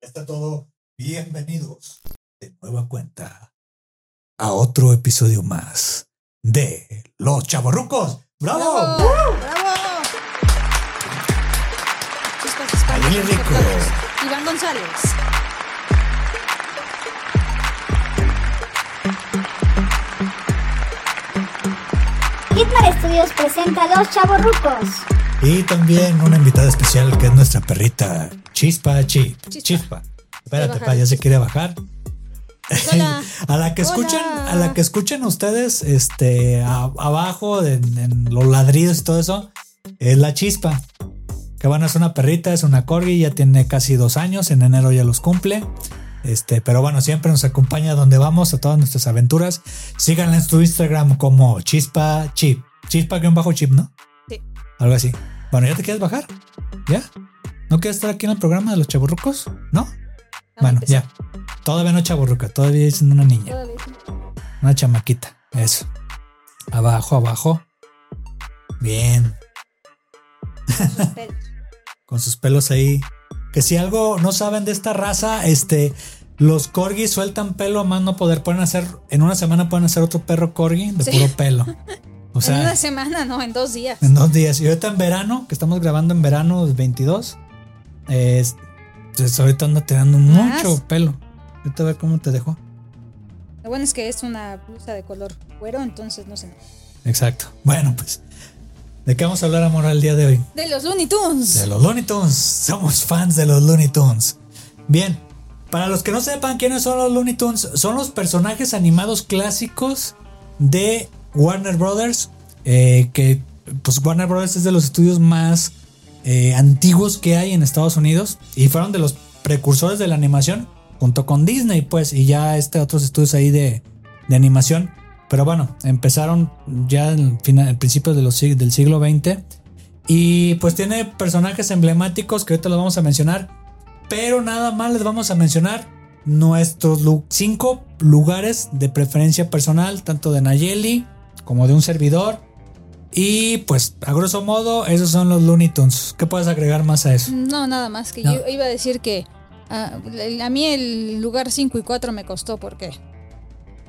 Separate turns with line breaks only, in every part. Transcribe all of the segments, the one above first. Está todo. Bienvenidos de nueva cuenta a otro episodio más de Los Chavorrucos. ¡Bravo!
¡Bravo!
¡Uh!
¡Bravo! Chispas
Ahí le
hispanas,
rico.
Iván González.
Hitmar Studios presenta Los Chavos Rucos.
Y también una invitada especial que es nuestra perrita Chispa Chip.
Chispa.
Chispa. Espérate,
bajar.
pa, ya se quiere bajar.
Hola.
A la que
Hola.
escuchen, a la que escuchen ustedes, este, a- abajo en, en los ladridos y todo eso, es la chispa. Que bueno, es una perrita, es una corgi, ya tiene casi dos años, en enero ya los cumple. Este, pero bueno, siempre nos acompaña a donde vamos, a todas nuestras aventuras. Síganla en su Instagram como chispa chip. Chispa que un bajo chip, ¿no?
Sí.
Algo así. Bueno, ¿ya te quieres bajar? ¿Ya? ¿No quieres estar aquí en el programa de los chaburrucos? ¿No? Bueno,
pues
ya. Todavía no chaburruca, todavía es una niña, una chamaquita. Eso. Abajo, abajo. Bien. Con sus pelos ahí. Que si algo no saben de esta raza, este. Los corgis sueltan pelo a más no poder. Pueden hacer. En una semana pueden hacer otro perro corgi de
Sí.
puro pelo. O sea.
en una semana, no, en dos días.
En dos días. Y ahorita en verano, que estamos grabando en verano del 22, es, pues ahorita anda tirando
Más.
mucho pelo. Ahorita a ver cómo te dejó.
Lo bueno es que es una blusa de color cuero, entonces no sé.
Exacto. Bueno, pues, ¿de qué vamos a hablar, amor, el día de hoy?
De los Looney Tunes.
De los Looney Tunes. Somos fans de los Looney Tunes. Bien. Para los que no sepan quiénes son los Looney Tunes, son los personajes animados clásicos de Warner Brothers. eh, que pues Warner Brothers es de los estudios más eh, antiguos que hay en Estados Unidos. Y fueron de los precursores de la animación. Junto con Disney, pues. Y ya este otros estudios ahí de, de animación. Pero bueno, empezaron ya en fina- en principios de los sig- del siglo XX. Y pues tiene personajes emblemáticos que ahorita los vamos a mencionar. Pero nada más les vamos a mencionar nuestros lu- cinco lugares de preferencia personal, tanto de Nayeli como de un servidor. Y pues, a grosso modo, esos son los Looney Tunes. ¿Qué puedes agregar más a eso?
No, nada más que
No.
yo iba a decir que ah, el- a mí el lugar 5 y 4 me costó porque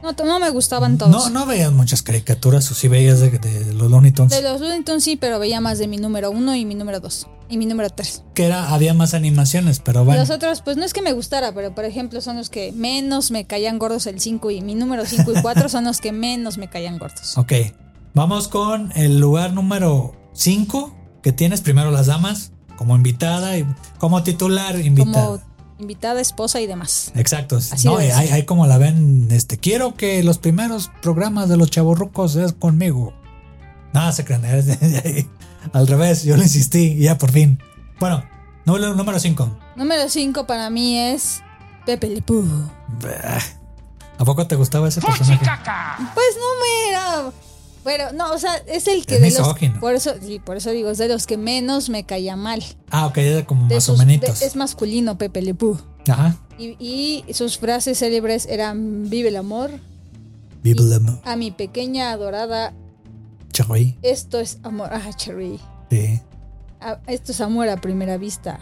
no, to- no me gustaban todos.
No, no veías muchas caricaturas, o si veías de, de los Looney
De
Tunes,
los Looney Tunes sí, pero veía más de mi número 1 y mi número 2 y mi número 3.
que era, había más animaciones, pero bueno.
Los otros, pues no es que me gustara, pero por ejemplo son los que menos me caían gordos el 5 y mi número 5 y 4 son los que menos me caían gordos.
Ok, vamos con el lugar número 5 que tienes primero las damas como invitada y como titular invitada.
Como invitada, esposa y demás.
Exacto.
Así
No,
debe
y
ser.
hay, hay como la ven, este, quiero que los primeros programas de los chavorrucos es conmigo. No, se crean. es- Al revés, yo le insistí y ya por fin. Bueno, número número 5.
Número 5 para mí es Pepe Le Pew.
¿A poco te gustaba ese personaje?
Pues no me era. Bueno, no, o sea, es el que
Es
de los.
misógino.
Por eso, sí, por eso digo, es de los que menos me caía mal.
Ah, ok, era como
De
más o
sus- de-
menos.
es masculino Pepe Le Pew.
Ajá.
Y, y sus frases célebres eran: Vive el amor,
Vive el amor,
a mi pequeña adorada,
Charlie.
esto es amor. Ah, Cherry.
Sí.
a- Ah, esto es amor a primera vista.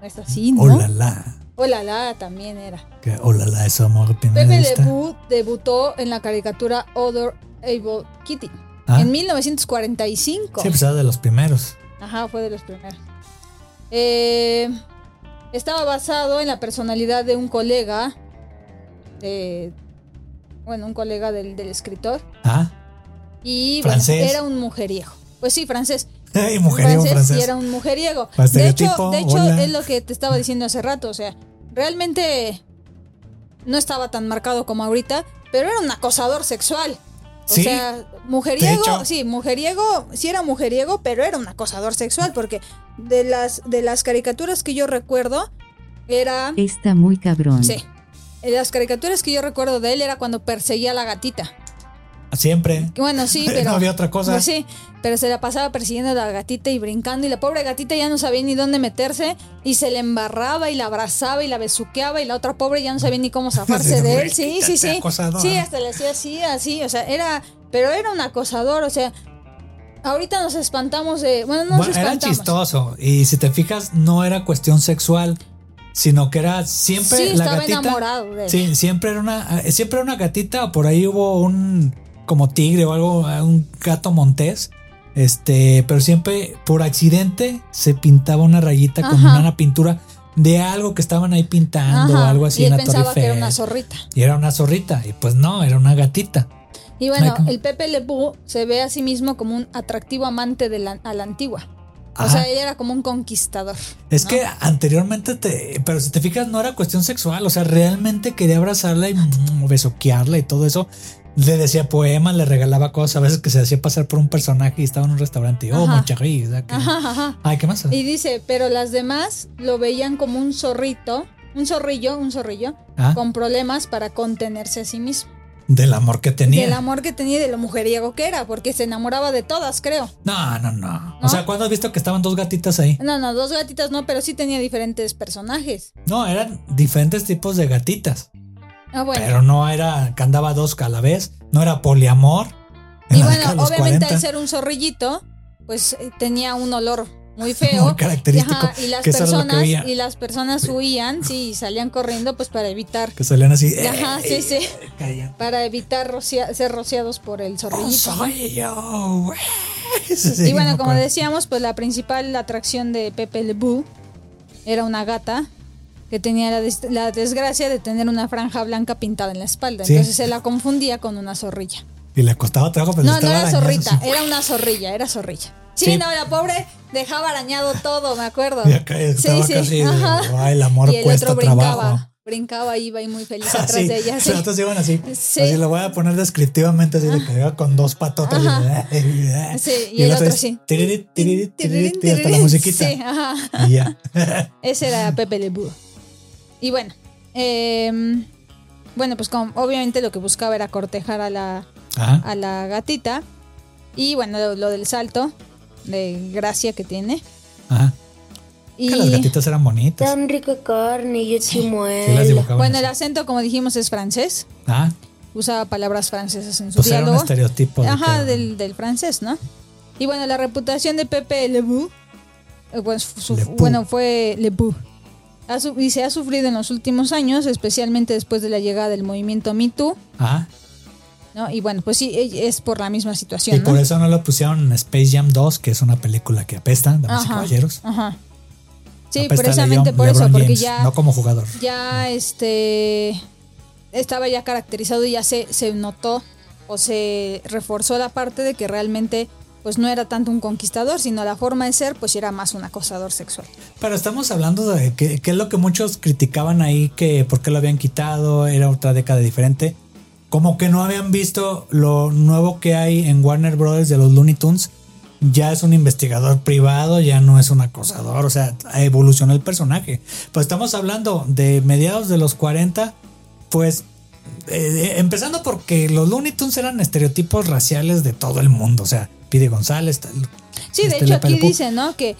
No es así, ¿no?
Oh, la, la.
Hola, la también era.
Que, oh la la, es amor a primera
Pepe Le
vista.
Pew debutó en la caricatura Other Able Kitty
Ah,
en 1945.
sí, pues era de los primeros.
Ajá, fue de los primeros. Eh, estaba basado en la personalidad de un colega, de, bueno, un colega del, del escritor,
Ah,
y bueno,
Francés.
era un mujeriego. Pues sí, francés.
y mujeriego
francés,
francés.
y era un mujeriego.
Para
De hecho,
estereotipo,
de hecho
hola.
es lo que te estaba diciendo hace rato. O sea, realmente no estaba tan marcado como ahorita, pero era un acosador sexual. O
Sí,
sea, mujeriego,
de hecho.
sí, mujeriego, sí era mujeriego, pero era un acosador sexual, porque de las, de las caricaturas que yo recuerdo, era.
Está muy cabrón.
Sí. de Las caricaturas que yo recuerdo de él era cuando perseguía a la gatita.
Siempre.
Que Bueno, sí, pero.
no había otra cosa.
Pues sí, pero se la pasaba persiguiendo a la gatita y brincando y la pobre gatita ya no sabía ni dónde meterse y se le embarraba y la abrazaba y la besuqueaba y la otra pobre ya no sabía ni cómo zafarse de él. Sí, sí, sí.
Acosador.
Sí, hasta le hacía así, así, o sea, era, pero era un acosador, o sea, ahorita nos espantamos de, bueno, no nos
Bueno, era
espantamos.
chistoso. Y si te fijas, no era cuestión sexual. sino que era siempre
Sí,
la
estaba
gatita.
enamorado de
Sí, siempre era una, eh, siempre era una gatita. Por ahí hubo un como tigre o algo, eh, un gato montés. Este, pero siempre por accidente se pintaba una rayita con
Ajá.
una pintura de algo que estaban ahí pintando o
Ajá,
algo así
y
en
él
la
pensaba
Torre
que era una
Eiffel.
zorrita.
Y era una zorrita. Y pues no, era una gatita.
Y bueno,
Ay, ¿cómo?
el Pepe Le Pew se ve a sí mismo como un atractivo amante de la, a la antigua. O
Ajá.
sea, él era como un conquistador.
Es
¿no?
que anteriormente te, pero si te fijas, no era cuestión sexual, o sea, realmente quería abrazarla y mm, besoquearla y todo eso. Le decía poemas, le regalaba cosas, a veces que se hacía pasar por un personaje y estaba en un restaurante y, oh,
Ajá.
mucha risa. que-
Ajá, ajá.
Ay, ¿qué más?
Y dice, pero las demás lo veían como un zorrito, un zorrillo, un zorrillo,
Ah,
con problemas para contenerse a sí mismo.
Del amor que tenía.
Del amor que tenía y de lo mujeriego que era, porque se enamoraba de todas, creo.
No, no, no. O
¿No?
sea, ¿cuándo has visto que estaban dos gatitas ahí?
No, no, dos gatitas no, pero sí tenía diferentes personajes.
No, eran diferentes tipos de gatitas,
Ah, bueno.
pero no era que andaba dos a la vez, no era poliamor.
y
Era
bueno,
a los
obviamente
40.
al ser un zorrillito, pues eh, tenía un olor muy feo.
Muy característico.
Y, ajá, y las
que eso era lo que
personas
veía.
y las personas huían, sí, y salían corriendo pues para evitar
Que salían así.
Ajá, sí,
"Ey",
sí.
caían.
para evitar rocia- ser rociados por el
Oh,
zorrillito.
soy yo.
pues y bueno, como decíamos, pues la principal atracción de Pepe Le Bou era una gata que tenía la, des- la desgracia de tener una franja blanca pintada en la espalda.
Sí.
Entonces se la confundía con una zorrilla.
Y le costaba trabajo, pero
No, no
Pues estaba
era
arañando
zorrita,
su-
era una zorrilla, era zorrilla. Sí,
Sí.
no, la pobre dejaba arañado todo, me acuerdo.
Y acá estaba casi,
ajá.
"Ay, el amor
y el
cuesta
otro brincaba,
trabajo". Ah,
brincaba, iba y muy feliz atrás
Así,
de ella.
los
sí.
otros iban así.
Sí.
Así lo voy a poner descriptivamente, así de que iba con dos patotas.
Ajá.
y-
Sí, y el otro
es,
sí.
tiririt, tiririt, tiririt, y hasta la
Tirirín,
musiquita.
Sí, ajá.
Y ya.
Ese era Pepe Le Bou. Y bueno, em, bueno, pues como, obviamente lo que buscaba era cortejar a la,
Ajá.
a la gatita. Y bueno, lo, lo del salto de gracia que tiene.
Ajá.
Y
Que las gatitas eran bonitas.
Tan rico carne, yo eh. te
Sí, las
muero.
dibujaban.
bueno, el
así.
acento, como dijimos, es francés.
Ah,
Usaba palabras francesas en su
pues era un
diálogo.
estereotipo. de
Ajá,
que-
del, del francés, ¿no? Y bueno, la reputación de Pepe eh, Lebu, pues,
Le Bou.
bueno, fue Lebu. y se ha sufrido en los últimos años, especialmente después de la llegada del movimiento Me Too,
Ajá.
¿no? Y bueno, pues sí, e- es por la misma situación,
Y
¿no?
por eso no lo pusieron en Space Jam 2, que es una película que apesta, damas y
Ajá.
caballeros.
Ajá. Sí,
Apesta
precisamente
Leon-
por eso,
LeBron
porque
James,
ya,
No como jugador.
ya este estaba ya caracterizado y ya se, se notó o se reforzó la parte de que realmente pues no era tanto un conquistador, sino la forma de ser, pues era más un acosador sexual.
Pero estamos hablando de que, que es lo que muchos criticaban ahí, que por qué lo habían quitado, era otra década diferente. Como que no habían visto lo nuevo que hay en Warner Brothers de los Looney Tunes. Ya es un investigador privado, ya no es un acosador, o sea, evolucionó el personaje. Pues estamos hablando de mediados de los 40, pues eh, eh, empezando porque los Looney Tunes eran estereotipos raciales de todo el mundo, o sea, Pide González, tal-
Sí, de
Este,
hecho
la
aquí
Pelepú.
dice, ¿no? Que,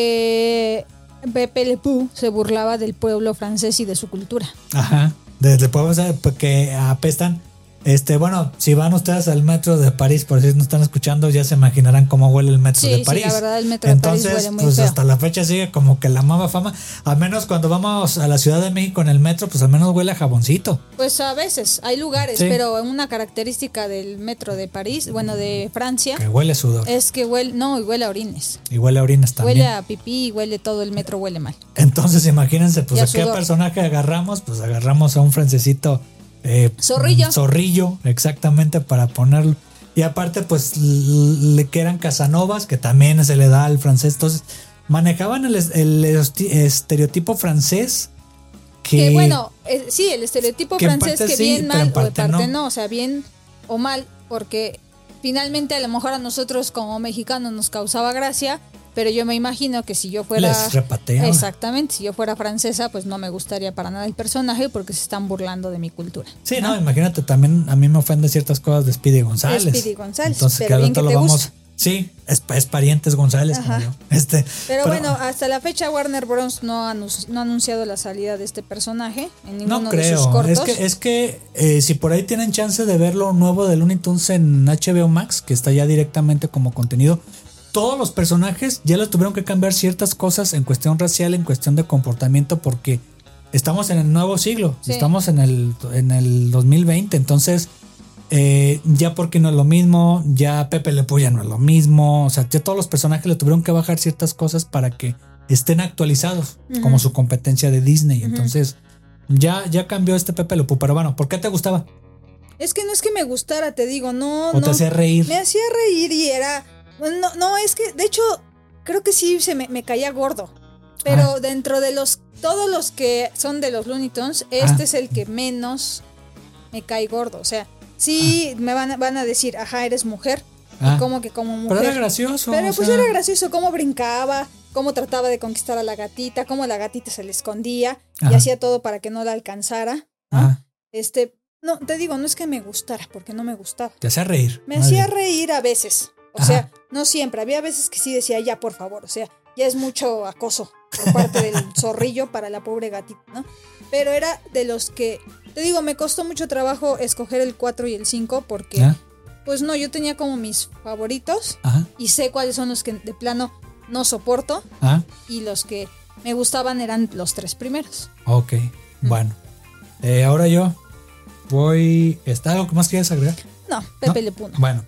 que Pepe Le Pew se burlaba del pueblo francés y de su cultura.
Ajá. Desde pueblos eh, que apestan. Este, bueno, si van ustedes al metro de París, por si no están escuchando, ya se imaginarán cómo huele el metro
Sí,
de
sí,
París.
la verdad, el metro de París
Entonces,
huele muy
pues
feo.
hasta la fecha sigue como que la mala fama. A menos cuando vamos a la Ciudad de México en el metro, pues al menos huele a jaboncito.
Pues a veces hay lugares,
Sí.
pero una característica del metro de París, bueno, de Francia,
Que huele a sudor.
es que huele, no, y huele a orines.
y huele a orines también.
Eh, Huele a pipí, huele todo el metro, huele mal.
Entonces, imagínense, pues
Y a
a qué
sudor.
personaje agarramos. Pues agarramos a un francesito. eh,
Zorrillo.
Zorrillo, exactamente, para ponerlo. Y aparte, pues l- le que eran Casanovas, que también se le da al francés. Entonces, manejaban el, es- el esti- estereotipo francés. Que,
Que bueno, eh, sí, el estereotipo
que en
francés
parte
que
sí,
bien
pero
mal
en
o de
parte
parte
no.
no, o sea, bien o mal, porque finalmente a lo mejor a nosotros como mexicanos nos causaba gracia, pero yo me imagino que si yo fuera...
les repateaba.
Exactamente, si yo fuera francesa, pues no me gustaría para nada el personaje porque se están burlando de mi cultura.
Sí, no, imagínate, también a mí me ofenden ciertas cosas de Speedy González.
Speedy González, pero bien
rato
que te gusta.
Sí, es, es parientes González, como
Ajá.
yo. Este,
Pero, bueno, hasta la fecha Warner Bros. no ha, anunci- no ha anunciado la salida de este personaje en ninguno
No
de sus
creo.
cortos.
Es que, es que eh, si por ahí tienen chance de ver lo nuevo de Looney Tunes en HBO Max, que está ya directamente como contenido, todos los personajes ya les tuvieron que cambiar ciertas cosas en cuestión racial, en cuestión de comportamiento, porque estamos en el nuevo siglo,
Sí.
estamos en el, en el 2020, entonces eh, ya porque no es lo mismo, ya Pepe Le Pew ya no es lo mismo, o sea, ya todos los personajes le tuvieron que bajar ciertas cosas para que estén actualizados,
Ujú.
como su competencia de Disney,
Ujú.
entonces ya, ya cambió este Pepe Le Pew, pero bueno, ¿por qué te gustaba?
Es que no es que me gustara, te digo, no,
¿O
no.
te hacía reír?
Me hacía reír y era. No, no, es que, de hecho, creo que sí se me, me caía gordo. Pero
Ah.
dentro de los. Todos los que son de los Looney Tunes, este
Ah.
es el que menos me cae gordo. O sea, sí me van, a- van a decir, ajá, eres mujer.
Ah,
Como que como mujer.
pero era gracioso.
Pero
o
pues
sea,
era gracioso cómo brincaba, cómo trataba de conquistar a la gatita, cómo la gatita se le escondía y
Ajá.
hacía todo para que no la alcanzara. ¿no?
ah,
Este, no, te digo, no es que me gustara, porque no me gustaba.
te hacía reír.
Me
más
hacía
bien.
reír a veces. O
Ajá.
sea, no siempre. Había veces que sí decía, ya, por favor. O sea, ya es mucho acoso por parte del zorrillo para la pobre gatita, ¿no? Pero era de los que, te digo, me costó mucho trabajo escoger el 4 y el 5 porque,
Ah,
pues no, yo tenía como mis favoritos
Ajá,
y sé cuáles son los que de plano no soporto
ah.
y los que me gustaban eran los tres primeros.
Ok, bueno. Eh, ahora yo voy. ¿Está algo que más quieres agregar?
No, Pepe Le Pew no.
Bueno,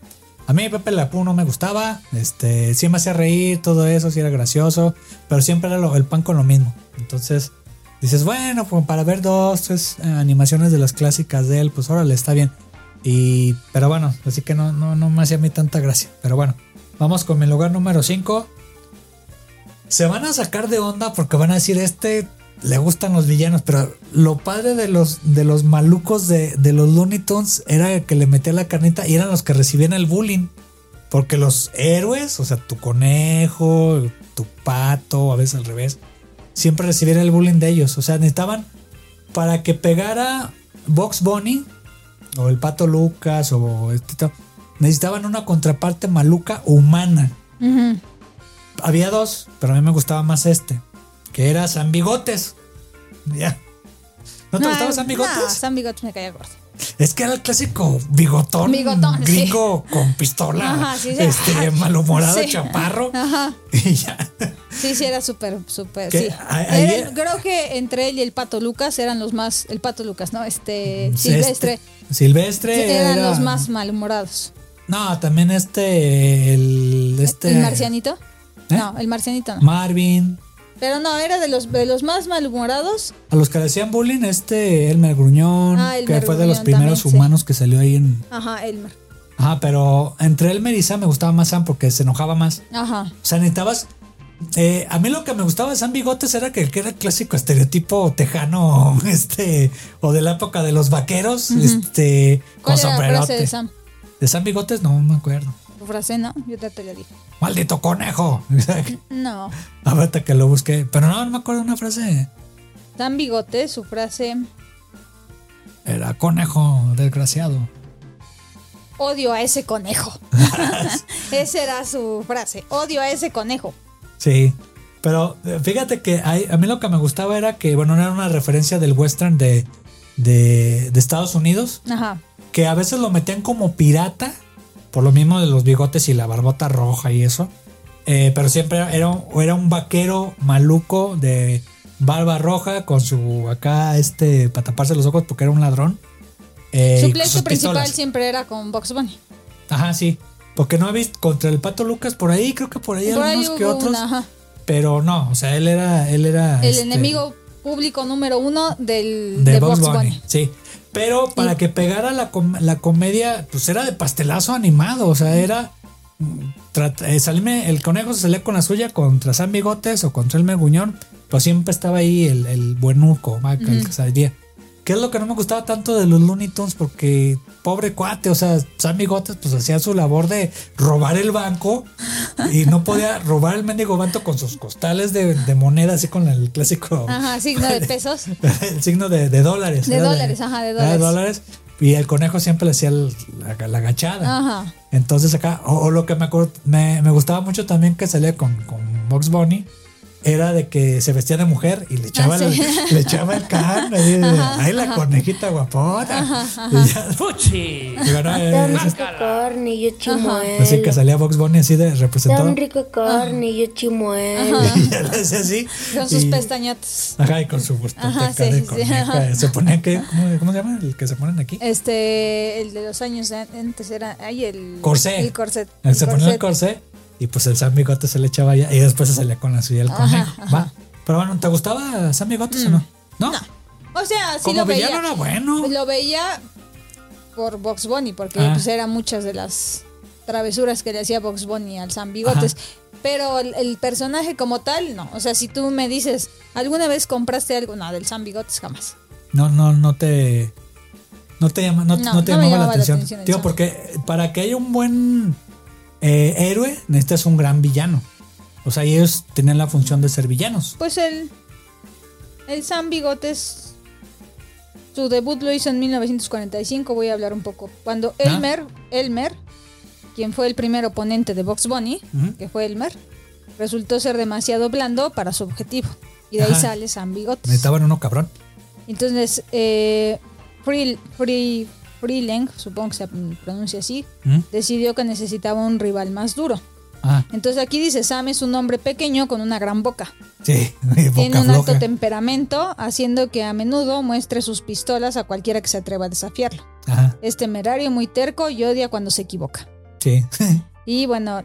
a mí Pepe Lapú no me gustaba. Este, sí me hacía reír, todo eso, sí era gracioso. Pero siempre era lo- el pan con lo mismo. Entonces dices, bueno, pues para ver dos, tres eh, animaciones de las clásicas de él, pues órale, está bien. Y, pero bueno, así que no, no, no me hacía a mí tanta gracia. Pero bueno, vamos con mi lugar número 5. Se van a sacar de onda porque van a decir, este le gustan los villanos, pero lo padre de los, de los malucos de, de los Looney Tunes era que le metía la carnita y eran los que recibían el bullying. Porque los héroes, o sea, tu conejo, tu pato, a veces al revés, siempre recibían el bullying de ellos. O sea, necesitaban para que pegara Box Bunny o el pato Lucas o este to- necesitaban una contraparte maluca humana.
Ujú.
Había dos, pero a mí me gustaba más este, que era San Bigotes. Ya. ¿No te
No,
gustaba San Bigotes?
No, San Bigotes me caía gordo.
Es que era el clásico bigotón,
Bigotón, sí.
gringo con pistola,
Ajá, sí, sí.
este malhumorado
Sí.
chaparro
Ajá.
y ya.
Sí, sí, era súper, súper,
¿Qué?
sí.
A- ayer-
Era- creo que entre él y el Pato Lucas eran los más, el Pato Lucas, ¿no? Este, Silvestre,
Mm, Este, Silvestre
eran
era-
los más malhumorados.
No, también este el este
¿El Marcianito?
¿Eh?
No, el Marcianito no.
Marvin,
Pero no, era de los, de los más malhumorados.
a los que le hacían bullying este Elmer Gruñón,
Ah,
que
Elmer
fue de los
Gruñón
primeros
también, sí.
humanos que salió ahí en
Ajá, Elmer.
Ajá, pero entre Elmer y Sam me gustaba más Sam porque se enojaba más.
Ajá.
O sea, necesitabas. eh, a mí lo que me gustaba de San Bigotes era que, que era el clásico estereotipo tejano, este, o de la época de los vaqueros, este, con
¿Cuál era la frase
sombrerote.
de Sam?
De San Bigotes no me acuerdo.
Tu frase, ¿no? Yo te, te la dije.
Maldito conejo.
No.
Ahorita que lo busqué. Pero no, no me acuerdo una frase.
Tan bigote, su frase.
Era conejo, desgraciado.
Odio a ese conejo. Esa era su frase. Odio a ese conejo.
Sí. Pero eh, fíjate que hay- a mí lo que me gustaba era que, bueno, era una referencia del western de, de, de Estados Unidos,
Ajá.
que a veces lo metían como pirata, por lo mismo de los bigotes y la barbota roja y eso. Eh, pero siempre era, un- era un vaquero maluco de barba roja con su acá, este, para taparse los ojos porque era un ladrón. Eh, y con sus
Su pleito principal
pistolas.
siempre era con Box Bunny.
Ajá, sí. Porque no he visto contra el Pato Lucas por ahí, creo que por ahí
Por ahí
algunos que
hubo
otros.
una, ajá.
Pero no, o sea, él era. Él era
El
este,
enemigo público número uno del,
de,
de
Box
Box
Bunny.
Bunny.
Sí. Pero para que pegara la, com- la comedia, pues era de pastelazo animado. O sea, era. mm, trata- eh, salirme, el conejo se salía con la suya contra San Bigotes o contra el Meguñón. Pues siempre estaba ahí el, el buenuco, va, que el que salía. ¿Qué es lo que no me gustaba tanto de los Looney Tunes? Porque pobre cuate, o sea, San Bigotes pues hacía su labor de robar el banco y no podía robar el mendigo banco con sus costales de, de moneda, así con el clásico
Ajá, signo de pesos.
el signo de, de dólares.
De
era
dólares, ajá, de
era
dólares.
Y el conejo siempre le hacía el- la, la agachada.
Ajá.
Entonces acá, o, o lo que me, acuer- me, me gustaba mucho también que salía con, con Box Bunny, era de que se vestía de mujer y le echaba,
Ah, sí.
el, le echaba el can. Ahí, de, "Ay, la conejita guapota. Y ya,
¡Fuchi!
digo, no,
Don
es-
rico cornillo chimuelo.
así que salía Box Bunny así de representado.
Don rico cornillo chimuelo.
Y ya le hacía así.
Con sus
y-
pestañotas.
Ajá, y con su bustante
Ajá,
acá
sí,
de
sí, sí.
coneja. Se ponía que, ¿cómo, cómo se llama? El que se ponen aquí.
Este, el de los años de antes era. Ay, el.
Corsé.
El corset.
Eh, se ponía el corsé y pues el San Bigote se le echaba ya y después se salía con la suya el conejo. Va. Pero bueno, ¿te gustaba San Bigotes o no? No.
O sea, sí
Como
Mm. lo veía. Pues
villano era bueno.
Lo veía por Box Bunny, porque
Ah.
pues eran muchas de las travesuras que le hacía Box Bunny al San Bigotes.
Ajá.
Pero el, el personaje como tal, no. O sea, si tú me dices, ¿alguna vez compraste algo? No, del San Bigotes jamás.
No, no, no te. No te, llama, no,
No,
no te
no
llamaba,
me llamaba
la
la
atención.
atención el
Tío,
San
porque para que haya un buen eh, héroe, necesitas un gran villano. O sea, y ellos tenían la función de ser villanos.
Pues el. El San Bigotes. Su debut lo hizo en 1945. Voy a hablar un poco. Cuando Elmer. Elmer. Quien fue el primer oponente de Box Bunny.
Ujú.
Que fue Elmer. Resultó ser demasiado blando para su objetivo. Y de ahí
Ajá.
sale San Bigotes.
Necesitaban uno cabrón.
Entonces. Eh, Freel- Free- Freeling, supongo que se pronuncia así.
¿Mm?
Decidió que necesitaba un rival más duro.
Ah,
Entonces aquí dice: Sam es un hombre pequeño con una gran boca.
sí. boca
Tiene un
floja.
alto temperamento, haciendo que a menudo muestre sus pistolas a cualquiera que se atreva a desafiarlo.
Ajá,
Es temerario, muy terco y odia cuando se equivoca.
sí.
Y bueno,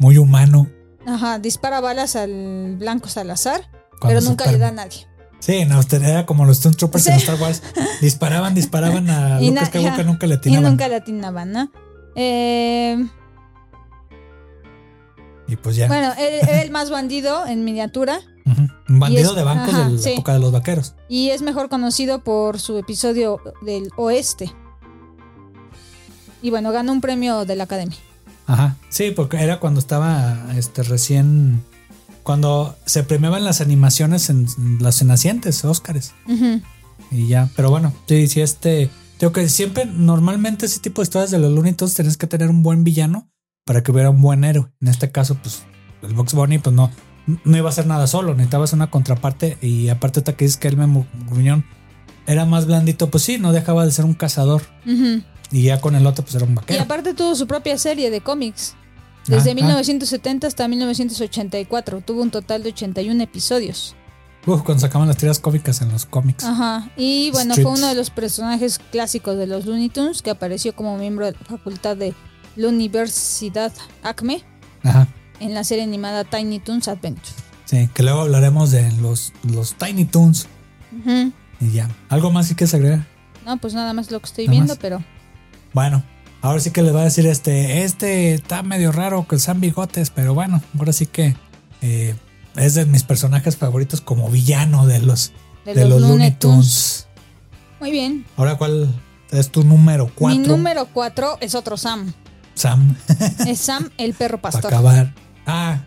Muy humano.
ajá, dispara balas al blanco Salazar,
cuando
pero
se
nunca le da a
permite.
nadie.
Sí, no, usted era como los Stormtroopers
Sí.
en Star Wars. Disparaban, disparaban a
Y
Lucas
na-
Skywalker,
ajá.
nunca le
Y
atinaban. Y,
nunca le atinaban, ¿no? Eh,
pues ya.
bueno, él era el más bandido en miniatura
Ujú. Un bandido
y es-
de bancos
ajá,
de la
sí.
época de los vaqueros.
y es mejor conocido por su episodio del oeste. Y bueno, ganó un premio de la academia.
Ajá. Sí, porque era cuando estaba este recién. Cuando se premiaban las animaciones en las nacientes, Óscares.
Ujú.
Y ya. Pero bueno, sí, sí, este. Tengo que siempre, normalmente, ese tipo de historias de los Looney Tunes tenés que tener un buen villano para que hubiera un buen héroe. En este caso, pues, el Box Bunny, pues no, no iba a hacer nada solo. Necesitabas una contraparte. Y aparte, hasta que dices que Elmer Mu- Gruñón era más blandito, pues sí, no dejaba de ser un cazador.
Ujú.
Y ya con el otro, pues era un
Y
vaquero.
aparte tuvo su propia serie de cómics.
Ah,
Desde
ah.
1970 hasta 1984. Tuvo un total de 81 episodios.
Uf, cuando sacaban las tiras cómicas en los cómics.
Ajá. Y bueno, fue
Streets.
uno de los personajes clásicos de los Looney Tunes que apareció como miembro de la facultad de la Universidad Acme
Ajá.
en la serie animada Tiny Toons Adventure.
Sí, que luego hablaremos de los, los Tiny Toons.
Ujú.
Y ya. ¿Algo más que quieres agregar?
No, pues nada más lo que estoy
Nada
viendo,
más.
pero
Bueno, ahora sí que les va a decir este, este está medio raro que sean bigotes, pero bueno, ahora sí que eh, es de mis personajes favoritos como villano de los, de los, Looney Tunes.
Muy bien.
Ahora, ¿cuál es tu número cuatro?
Mi número 4 es otro Sam.
Sam,
Es Sam el perro
para
pastor.
acabar. Ah,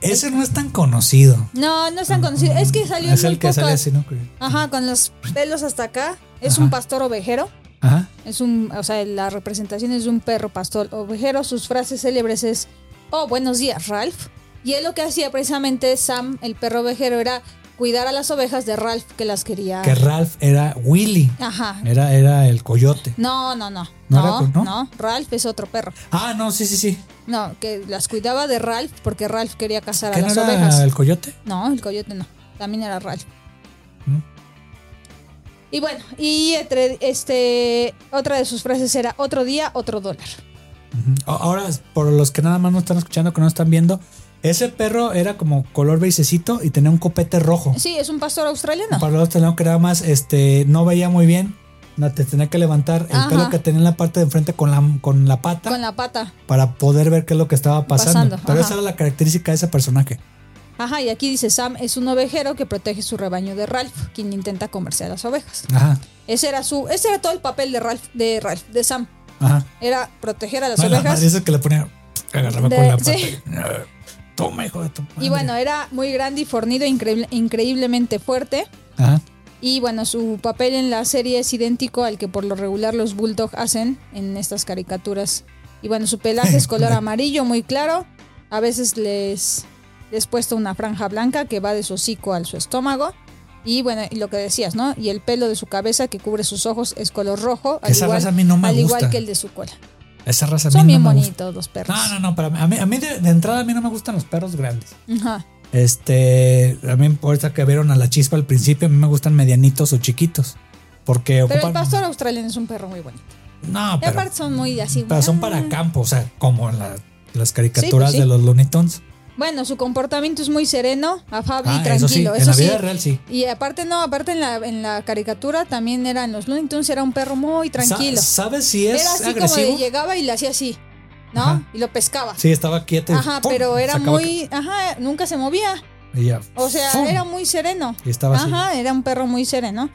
ese no es tan conocido.
No, no es tan conocido. Es que salió
Ah. Es el
en muy Ah.
que sale
pocas-
así, ¿no?
Ajá, con los pelos hasta acá. Es
Ajá.
un pastor ovejero.
Ajá.
Es un, o sea, la representación es de un perro pastor ovejero. Sus frases célebres es, oh, buenos días, Ralph. Y él lo que hacía precisamente Sam, el perro ovejero, era cuidar a las ovejas de Ralph que las quería.
Que Ralph era Willy.
Ajá.
Era, era el coyote.
No, no, no.
¿No
No,
era
no,
con- no?
Ralph es otro perro.
Ah, no, sí, sí, sí.
No, que las cuidaba de Ralph porque Ralph quería cazar a
¿Qué no
las
era
ovejas.
el coyote?
No, el coyote no. También era Ralph.
Mm.
Y bueno, y entre este otra de sus frases era otro día, otro dólar.
Ujú. A- Ahora, por los que nada más no están escuchando, que no están viendo, ese perro era como color beisecito y tenía un copete rojo.
Sí, es un pastor australiano.
Para los tenemos que nada más, este, no veía muy bien. no, Te tenía que levantar el
Ajá.
pelo que tenía en la parte de enfrente con la, con la pata
Con la pata.
para poder ver qué es lo que estaba pasando.
Pasando,
Pero
ajá.
esa era la característica de ese personaje.
Ajá, y aquí dice Sam es un ovejero que protege su rebaño de Ralph, quien intenta comerse a las ovejas.
Ajá,
Ese era su, ese era todo el papel de Ralph, de Ralph, de Sam.
ajá.
Era proteger a las
No, y la
ovejas.
madre esa que le ponía, agarraba
De-
con la pata. "Ah,
sí.
Toma, hijo de tu
Y
madre.
bueno, era muy grande y fornido, increíble- increíblemente fuerte.
Ajá.
Y bueno, su papel en la serie es idéntico al que por lo regular los Bulldogs hacen en estas caricaturas. Y bueno, su pelaje es color amarillo muy claro. A veces les les puesto una franja blanca que va de su hocico al su estómago. Y bueno, y lo que decías, ¿no? Y el pelo de su cabeza que cubre sus ojos es color rojo, al,
Esa
igual,
raza a mí no me
al
gusta.
igual que el de su cola.
Esa raza a mí
Son bien
no me gusta.
bonitos los perros.
No, no, no, para mí, a mí, a mí de, de entrada a mí no me gustan los perros grandes.
Ajá.
Este, también por eso que vieron a la chispa al principio, a mí me gustan medianitos o chiquitos. Porque
Pero
ocupan.
el pastor australiano es un perro muy bonito.
No,
Y
pero,
aparte son muy así.
pero son
ah.
para campo, o sea, como en la- las caricaturas
sí.
de los Looney Tunes.
Bueno, su comportamiento es muy sereno, afable
Ah,
y
eso sí,
tranquilo.
en la vida real sí.
Y aparte, no, aparte en la, en la caricatura también eran los Looney Tunes, era un perro muy
Sa-
tranquilo.
¿Sabes si es
era así
agresivo?
como de llegaba y le hacía así, ¿no?
Ajá.
Y lo pescaba.
sí, estaba quieto. y
Ajá,
¡pum!
pero era
sacaba
muy, ajá, nunca se movía.
y ya,
O sea,
¡fum!
era muy sereno.
Y estaba así.
Ajá, era un perro muy sereno.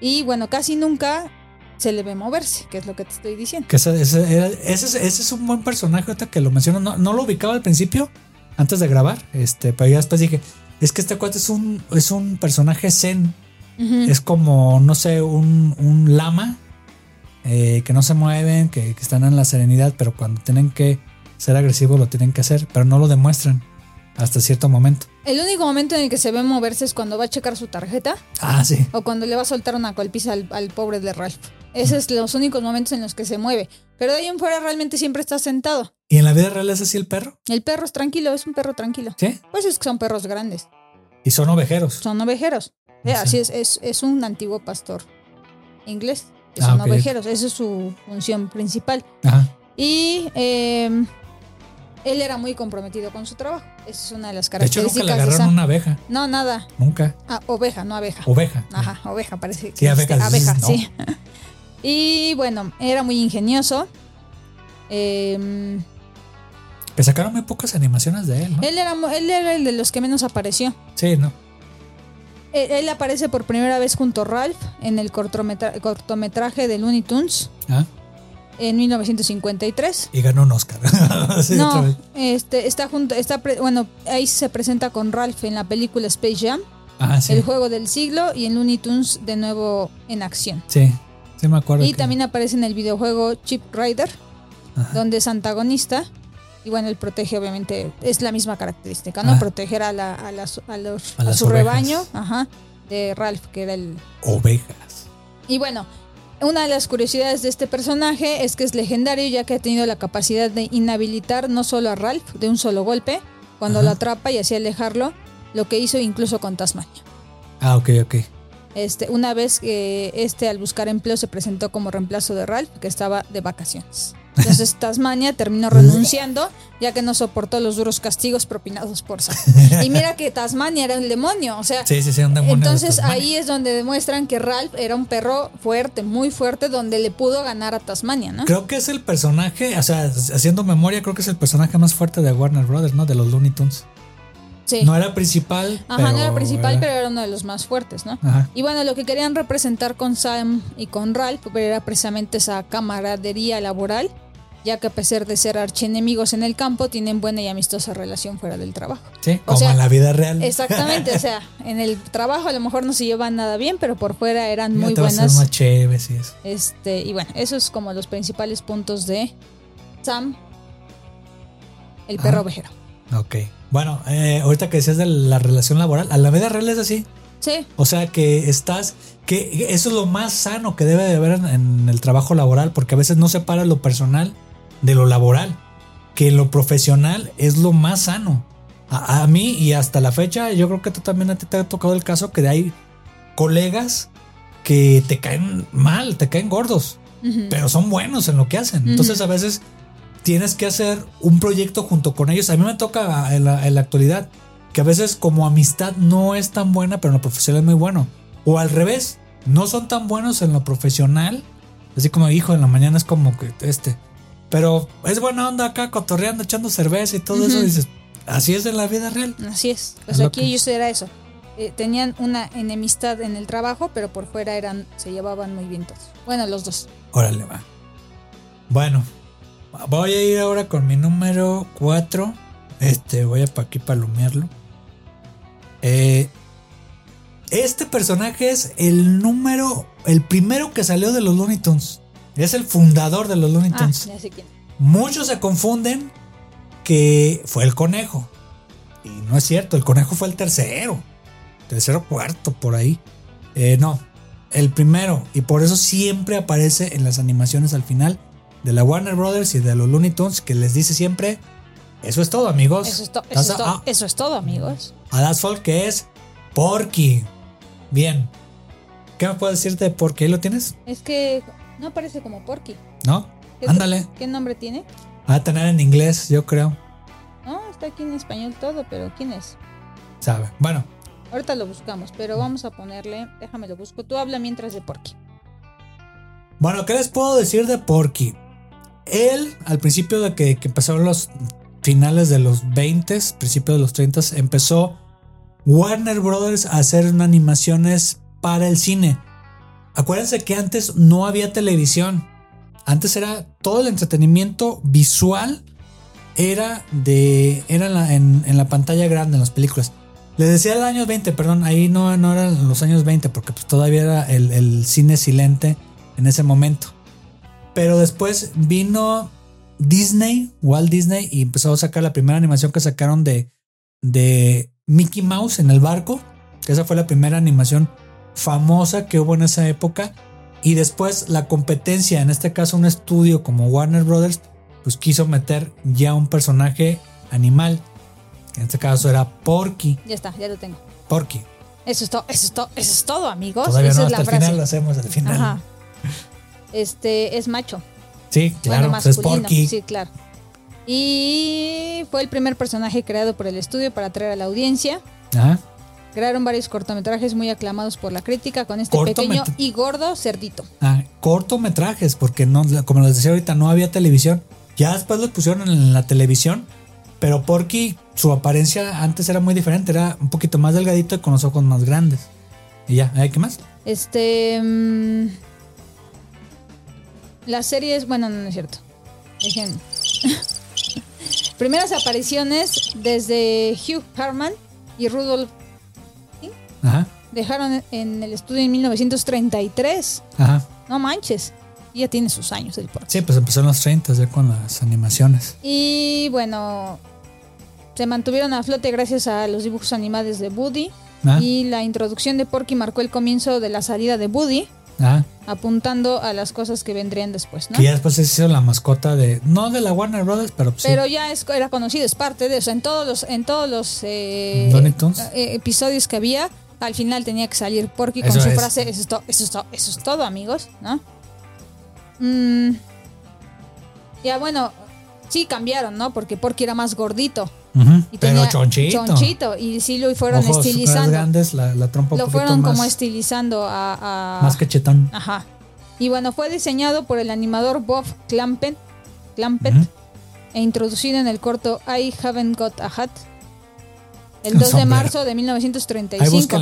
Y bueno, casi nunca se le ve moverse, que es lo que te estoy diciendo.
Que ese, ese era- ese es- ese es un buen personaje ahorita que lo menciono. No, no lo ubicaba al principio, antes de grabar. Este, pero ya después dije, es que este cuate es un, es un personaje zen.
Ujú.
Es como, no sé, un, un lama eh, que no se mueven, que, que están en la serenidad, pero cuando tienen que ser agresivos lo tienen que hacer, pero no lo demuestran hasta cierto momento.
El único momento en el que se ve moverse es cuando va a checar su tarjeta
Ah, sí.
o cuando le va a soltar una colpiza al, al pobre de Ralph. Esos son los únicos momentos en los que se mueve. Pero de ahí en fuera realmente siempre está sentado.
¿Y en la vida real es así el perro?
El perro es tranquilo, es un perro tranquilo.
Sí.
Pues es que son perros grandes.
Y son ovejeros.
son ovejeros. Eh,
Sí.
Así es, es, es un antiguo pastor inglés. Que
Ah,
son
ok.
ovejeros, esa es su función principal.
Ajá.
Y eh, él era muy comprometido con su trabajo. Esa es una de las
De hecho, nunca
características
le
de
agarraron
esa-
una abeja.
No, nada.
Nunca.
Ah, oveja, no abeja.
Oveja.
Ajá, oveja, parece que
Sí, abeja,
este, abeja,
no.
sí. Y bueno, era muy ingenioso. Eh,
Que sacaron muy pocas animaciones de él, ¿no?
él, era, mu- él era el de los que menos apareció.
Sí, no.
Él, él aparece por primera vez junto a Ralph en el cortometra- cortometraje de Looney Tunes
Ah,
en 1953.
Y ganó un Oscar. Sí, otra
no,
vez.
este está junto, está pre- bueno, ahí se presenta con Ralph en la película Space Jam,
Ah, sí.
El juego del siglo y en Looney Tunes de nuevo en acción.
Sí, sí me acuerdo.
Y
que-
también aparece en el videojuego Chip Rider,
Ajá.
donde es antagonista. Y bueno, él protege, obviamente, es la misma característica, ¿no?
Ah.
Proteger a, la- a las- a los-
A
a
las
su
ovejas.
rebaño, ajá, de Ralph, que era el,
Ovejas.
Y bueno, una de las curiosidades de este personaje es que es legendario ya que ha tenido la capacidad de inhabilitar no solo a Ralph de un solo golpe, cuando
Ajá.
lo atrapa y así alejarlo, lo que hizo incluso con Tasmania.
Ah, ok, ok.
Este, una vez que este al buscar empleo se presentó como reemplazo de Ralph, que estaba de vacaciones. Entonces Tasmania terminó renunciando ya que no soportó los duros castigos propinados por Sam. Y mira que Tasmania era un demonio, o sea,
Sí, sí, sí, un demonio. de
entonces
Tasmania.
ahí es donde demuestran que Ralph era un perro fuerte, muy fuerte, donde le pudo ganar a Tasmania, ¿no?
Creo que es el personaje, o sea, haciendo memoria, creo que es el personaje más fuerte de Warner Brothers, ¿no? De los Looney Tunes.
Sí.
No era principal.
Ajá,
pero
no era principal,
era-
pero era uno de los más fuertes, ¿no?
Ajá.
Y bueno, lo que querían representar con Sam y con Ralph pero era precisamente esa camaradería laboral, ya que a pesar de ser archienemigos en el campo, tienen buena y amistosa relación fuera del trabajo.
Sí,
o
como
sea,
en la vida real.
Exactamente, o sea, en el trabajo a lo mejor no se llevan nada bien, pero por fuera eran
Ya
muy
te va a hacer
buenas.
más chévere, sí, eso.
Este, y bueno, esos como los principales puntos de Sam, el
Ah.
perro ovejero.
Ok. Bueno, eh, ahorita que decías de la relación laboral, a la vida real es así.
Sí,
O sea que estás, que eso es lo más sano que debe de haber en, en el trabajo laboral, porque a veces no separas lo personal de lo laboral, que lo profesional es lo más sano. A, a mí y hasta la fecha, yo creo que tú también a ti te ha tocado el caso que hay colegas que te caen mal, te caen gordos,
ujú,
pero son buenos en lo que hacen. Entonces a veces tienes que hacer un proyecto junto con ellos. A mí me toca ah, en la, en la actualidad que a veces como amistad no es tan buena, pero en lo profesional es muy bueno. O al revés, no son tan buenos en lo profesional. Así como hijo en la mañana es como que este. Pero es buena onda acá cotorreando, echando cerveza y todo eso.
Ujú.
Dices, así es en la vida real.
así es.
Es
Pues
lo
aquí
que-
ellos era eso. Eh, tenían una enemistad en el trabajo, pero por fuera eran, se llevaban muy bien todos. Bueno, los dos. Ah,
Órale, va. Bueno, voy a ir ahora con mi número 4. Este, voy a para aquí palomearlo. Eh, este personaje es el número, el primero que salió de los Looney Tunes. Es el fundador de los Looney
Ah,
Tunes.
ya sé quién.
Muchos se confunden que fue el conejo. Y no es cierto, el conejo fue el tercero, tercero cuarto por ahí. Eh, no, el primero, y por eso siempre aparece en las animaciones al final de la Warner Brothers y de los Looney Tunes, que les dice siempre, eso es todo amigos.
Eso es, to- eso
That's
es to-
a-
eso es todo, amigos.
a Das Folk que es Porky. Bien. ¿Qué me puedes decirte de Porky? ¿Ahí lo tienes?
Es que no aparece como Porky.
¿No?
¿Qué-
Ándale.
¿Qué nombre tiene?
A tener en inglés, yo creo.
No, está aquí en español todo, pero ¿quién es?
Sabe. Bueno,
Ahorita lo buscamos, pero
Mm.
vamos a ponerle. Déjame lo busco. Tú habla mientras de Porky.
bueno, ¿qué les puedo decir de Porky? Él, al principio de que, que empezaron los finales de los 20, principios de los 30, empezó Warner Brothers a hacer unas animaciones para el cine. Acuérdense que antes no había televisión. Antes era todo el entretenimiento visual era de era en la, en, en la pantalla grande en las películas. Les decía el año 20, perdón, ahí no, no eran los años 20 porque pues todavía era el, el cine silente en ese momento. Pero después vino Disney, Walt Disney y empezó a sacar la primera animación que sacaron de de Mickey Mouse en el barco, que esa fue la primera animación famosa que hubo en esa época. Y después la competencia, en este caso un estudio como Warner Brothers, pues quiso meter ya un personaje animal, que en este caso era Porky.
Ya está, ya lo tengo.
Porky.
Eso es todo, eso es todo, eso es todo, amigos.
Todavía
Oh, Esa
no,
es la
hasta el
frase.
final lo hacemos, al final.
Ajá. Este es macho.
Sí, claro,
bueno,
pues es
masculino.
Porky.
Sí, claro. Y fue el primer personaje creado por el estudio para atraer a la audiencia.
Ajá.
Crearon varios cortometrajes muy aclamados por la crítica con este
Cortometra-
pequeño y gordo cerdito.
Ah, cortometrajes, porque no, como les decía ahorita, no había televisión. Ya después los pusieron en la televisión, pero Porky, su apariencia antes era muy diferente, era un poquito más delgadito y con los ojos más grandes. Y ya, ¿eh? ¿qué más?
Este. mm, la serie es. Bueno, no, no es cierto. Dejen. Primeras apariciones desde Hugh Harman y Rudolph
Ajá,
dejaron en el estudio en 1933.
ajá.
No manches. Ya tiene sus años el porqué.
Sí, pues empezó en los 30 ya con las animaciones.
Y bueno. Se mantuvieron a flote gracias a los dibujos animados de Woody.
Ah.
Y la introducción de Porky marcó el comienzo de la salida de Woody,
Ajá.
apuntando a las cosas que vendrían después, ¿no?
Que ya después se hizo la mascota de. No de la Warner Brothers, pero pues sí.
Pero ya es- era conocido, es parte de, o sea, en todos los, en todos los eh,
Looney Tunes.
eh, episodios que había, al final tenía que salir Porky
Eso
con su
es.
frase, eso es, to- eso, es to- eso es todo, amigos, ¿no? Mm. Ya bueno, sí cambiaron, ¿no? Porque Porky era más gordito.
Ujú, pero
Y tenía
chonchito.
chonchito, y sí lo fueron
ojos
estilizando.
grandes, la, la trompa un
Lo
poquito
fueron
más,
como Ah, estilizando a... a-
más cachetón.
Ajá. Y bueno, fue diseñado por el animador Bob Clampett, Clampett
Ujú.
e introducido en el corto I Haven't Got a Hat el
Un
2 de
sombrero.
marzo de
Ahí buscan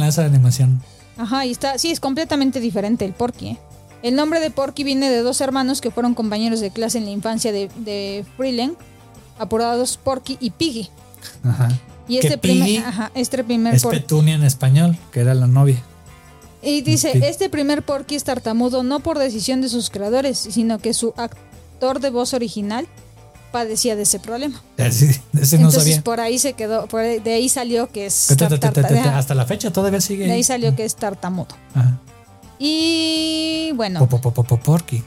1935.
esa animación.
Ajá, y está, sí, es completamente diferente el Porky. ¿eh? El nombre de Porky viene de dos hermanos que fueron compañeros de clase en la infancia de, de Freeland, apurados Porky y Piggy.
Ajá.
Y
Que
este
Piggy
primer, ajá, este primer
Es
Porky.
Petunia en español, que era la novia.
Y dice,
Sí.
este primer Porky es tartamudo no por decisión de sus creadores, sino que su actor de voz original padecía de ese problema.
Ese, ese no
Entonces
sabía.
por ahí se quedó, por ahí- de ahí salió que es
Ta, ta, ta, ta, ta, ta,
tartamudo.
Hasta la fecha todavía sigue.
De
ahí.
ahí salió que es tartamudo.
Ajá.
Y bueno,
Po, po, po, po, po, porky.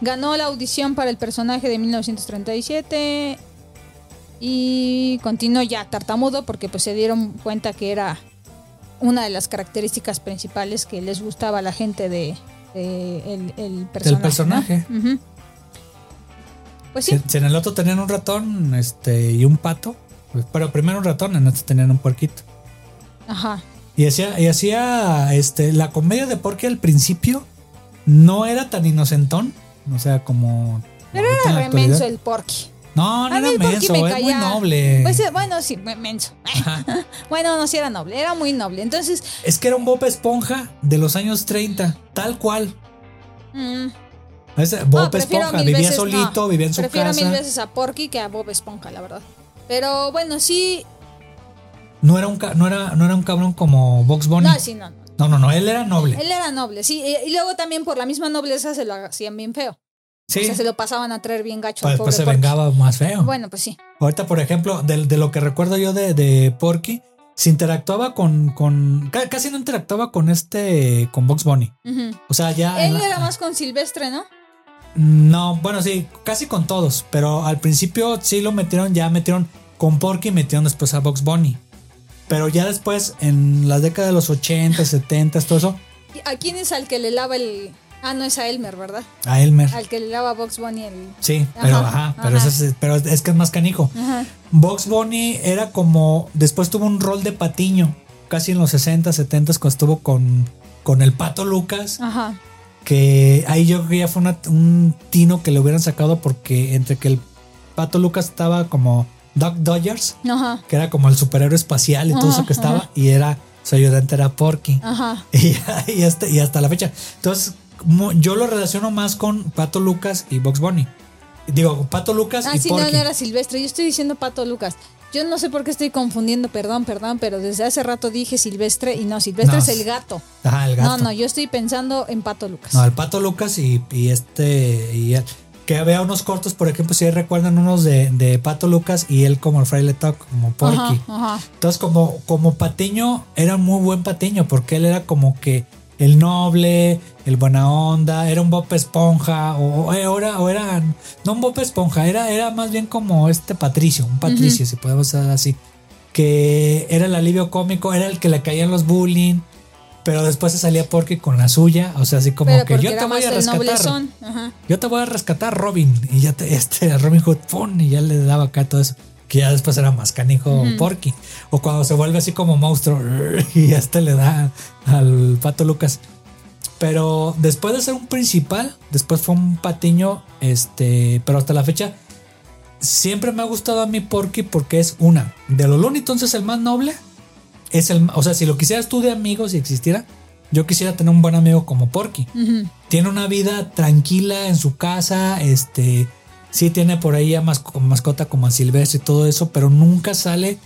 ganó la audición para el personaje de 1937 y continuó ya tartamudo porque pues se dieron cuenta que era una de las características principales que les gustaba a la gente de, de el, el personaje. ¿no?
personaje.
Ujú. Pues sí,
Si, si en el otro tenían un ratón este, y un pato, pues, pero primero un ratón, en este tenían un puerquito.
ajá.
Y hacía, y hacía este, la comedia de Porky al principio no era tan inocentón. O sea, como.
Pero
ahorita en la
era remenso
actualidad.
el porky.
No, no
A mí
era
el porqui
menso,
me
es muy
caía.
noble.
Pues eh, bueno, sí, me- menso.
Ajá.
Bueno, no, sí era noble, era muy noble. Entonces,
Es que era un Bob Esponja de los años 30, tal cual.
mm,
Ese Bob
No, prefiero
Esponja
mil
vivía
veces-
solito,
no,
vivía en su
prefiero
casa.
mil veces a Porky que a Bob Esponja, la verdad. Pero bueno, sí.
No era un ca- no era, no era un cabrón como Box Bunny.
No, sí, no, no.
No, no, no, él era noble.
eh, Él era noble, sí. Y, y luego también por la misma nobleza se lo hacían bien feo. O
Sí,
sea, se lo pasaban a traer bien gacho.
para
al
después
pobre
se
Porky.
vengaba más feo.
Bueno, pues sí.
Ahorita, por ejemplo, de, de lo que recuerdo yo de, de Porky, se interactuaba con, con. ca- Casi no interactuaba con este. con Box Bunny.
Ujú.
O sea, ya. en
Él
la-
era más con Silvestre, ¿no?
No, bueno, sí, casi con todos. Pero al principio sí lo metieron, ya metieron con Porky y metieron después a Box Bunny. Pero ya después, en las décadas de los 80, 70, todo eso,
¿Y ¿A quién es al que le lava el...? Ah, no, es a Elmer, ¿verdad?
a Elmer.
Al que le lava Box Bunny el...
Sí, pero
Ajá,
ajá, pero,
ajá.
eso es, pero es que es más canijo.
Ajá.
Box Bunny era como. Después tuvo un rol de patiño, casi en los 60, 70 cuando estuvo con, con el pato Lucas.
Ajá.
Que ahí yo creo que ya fue una- un tino que le hubieran sacado porque entre que el pato Lucas estaba como Doc Dodgers,
Ajá.
que era como el superhéroe espacial y todo eso que estaba, y era su ayudante era Porky.
Ajá.
Y, y hasta, y hasta la fecha. Entonces, mu- yo lo relaciono más con Pato Lucas y Box Bunny. Digo, Pato Lucas
Ah,
y
sí, no,
Porky.
no era Silvestre. Yo estoy diciendo Pato Lucas. Yo no sé por qué estoy confundiendo, perdón, perdón, pero desde hace rato dije Silvestre y no, Silvestre
No,
es el gato.
Ajá, el
No,
gato.
no, yo estoy pensando en Pato Lucas.
No, el Pato Lucas y, y este. y él. que había unos cortos, por ejemplo, si recuerdan unos de, de Pato Lucas y él como el fraile Talk, como Porky.
Ajá, ajá.
Entonces, como, como Patiño, era un muy buen Patiño, porque él era como que el noble, el buena onda, era un Bob Esponja, o, o era, o era, no un Bob Esponja, era, era más bien como este Patricio, un Patricio, si podemos ser así, que era el alivio cómico, era el que le caían los bullying, pero después se salía Porky con la suya, o sea, así como
Pero
que
porque
yo te
era
voy
más
a
el
rescatar.
noblezón. Ajá.
Yo te voy a rescatar Robin. Y ya te, este a Robin Hood, ¡pum! y ya le daba acá todo eso. Que ya después era más canijo Porky. O cuando se vuelve así como monstruo y este le da al pato Lucas. Pero después de ser un principal, después fue un patiño, este, pero hasta la fecha siempre me ha gustado a mí Porky porque es una de los Looney entonces el más noble es el, o sea, si lo quisieras tú de amigo si existiera, yo quisiera tener un buen amigo como Porky.
Ujú.
Tiene una vida tranquila en su casa, este, sí tiene por ahí a masco- mascota como a Silvestre y todo eso, pero nunca sale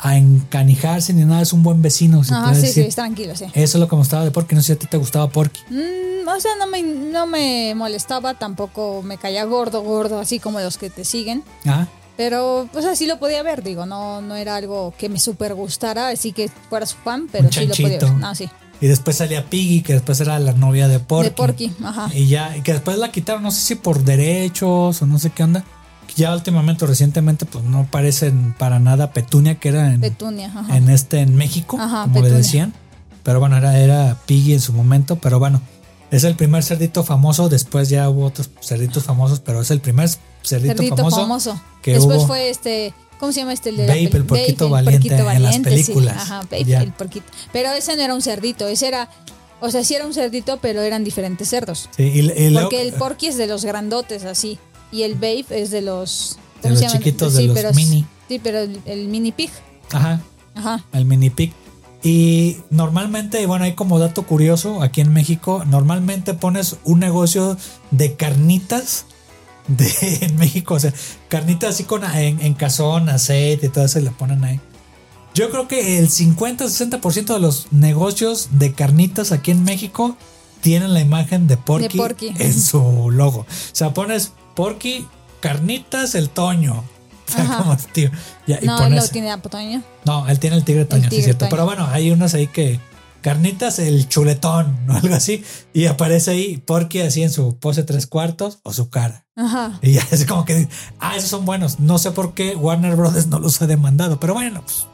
a encanijarse ni nada, es un buen vecino, se
Ajá,
puede
Ah, sí, sí,
decir.
es tranquilo, sí.
Eso es lo que me gustaba de Porky, no sé si a ti te gustaba Porky.
Mm, o sea, no me, no me molestaba, tampoco me caía gordo, gordo, así como los que te siguen.
Ajá.
Pero, pues así lo podía ver, digo, no, no era algo que me super gustara, así que fuera su fan, pero
Un
sí lo podía ver.
chanchito.
No, sí.
Y después salía Piggy, que después era la novia de Porky. Eh,
De Porky, ajá.
Y ya, y que después la quitaron, no sé si por derechos o no sé qué onda. Que ya últimamente, recientemente, pues no parecen para nada Petunia, que era en,
Petunia, ajá.
en este, en México,
Ajá,
como
Petunia.
le decían. Pero bueno, era, era Piggy en su momento, pero bueno, es el primer cerdito famoso. Después ya hubo otros cerditos famosos, pero es el primer cerdito,
Cerdito
famoso.
famoso.
que
Después
hubo.
fue este. ¿Cómo se llama este? El de la
Babe,
peli-
el porquito
Babe,
valiente en las
sí.
películas.
Ajá, Babe,
Ya.
el porquito. Pero ese no era un cerdito, ese era. O sea, sí era un cerdito, pero eran diferentes cerdos.
Sí, y, y luego- eh,
Porque el Porky es de los grandotes, así. Y el Babe es de los.
De
¿cómo
los
se llaman?
chiquitos, de los
pero es-
mini.
Sí, pero el, el mini pig.
Ajá,
Ajá.
el mini pig. Y normalmente, bueno, hay como dato curioso aquí en México, normalmente pones un negocio de carnitas de, en México, o sea, carnitas así con en, en cazón, aceite y todo eso y le ponen ahí. Yo creo que el 50-60% de los negocios de carnitas aquí en México tienen la imagen de Porky,
Porky.
en su logo. O sea, pones Porky, carnitas, el Toño. O sea,
Ajá.
como tío. Ya, y
No, él
pones-
no tiene apotoño.
no, él tiene el tigre Toño, sí
tigre
es cierto.
Toño.
Pero bueno, hay unos ahí que. Carnitas, el chuletón o algo así. Y aparece ahí Porky así en su pose tres cuartos o su cara.
Ajá.
Y ya es como que. Ah, esos son buenos. No sé por qué Warner Brothers no los ha demandado. Pero bueno, pues.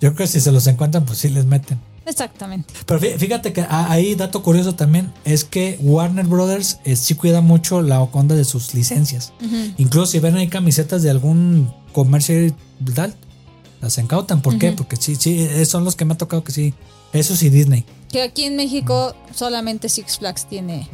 Yo creo que si se los encuentran, pues sí les meten.
Exactamente.
Pero fí- fíjate que a- ahí, dato curioso también, es que Warner Brothers eh, sí cuida mucho la onda de sus licencias.
Ujú.
Incluso si ven ahí camisetas de algún comercio y tal, las incautan. ¿Por qué? Porque sí, sí, eh, son los que me ha tocado que sí. Eso sí, Disney.
Que aquí en México solamente Six Flags tiene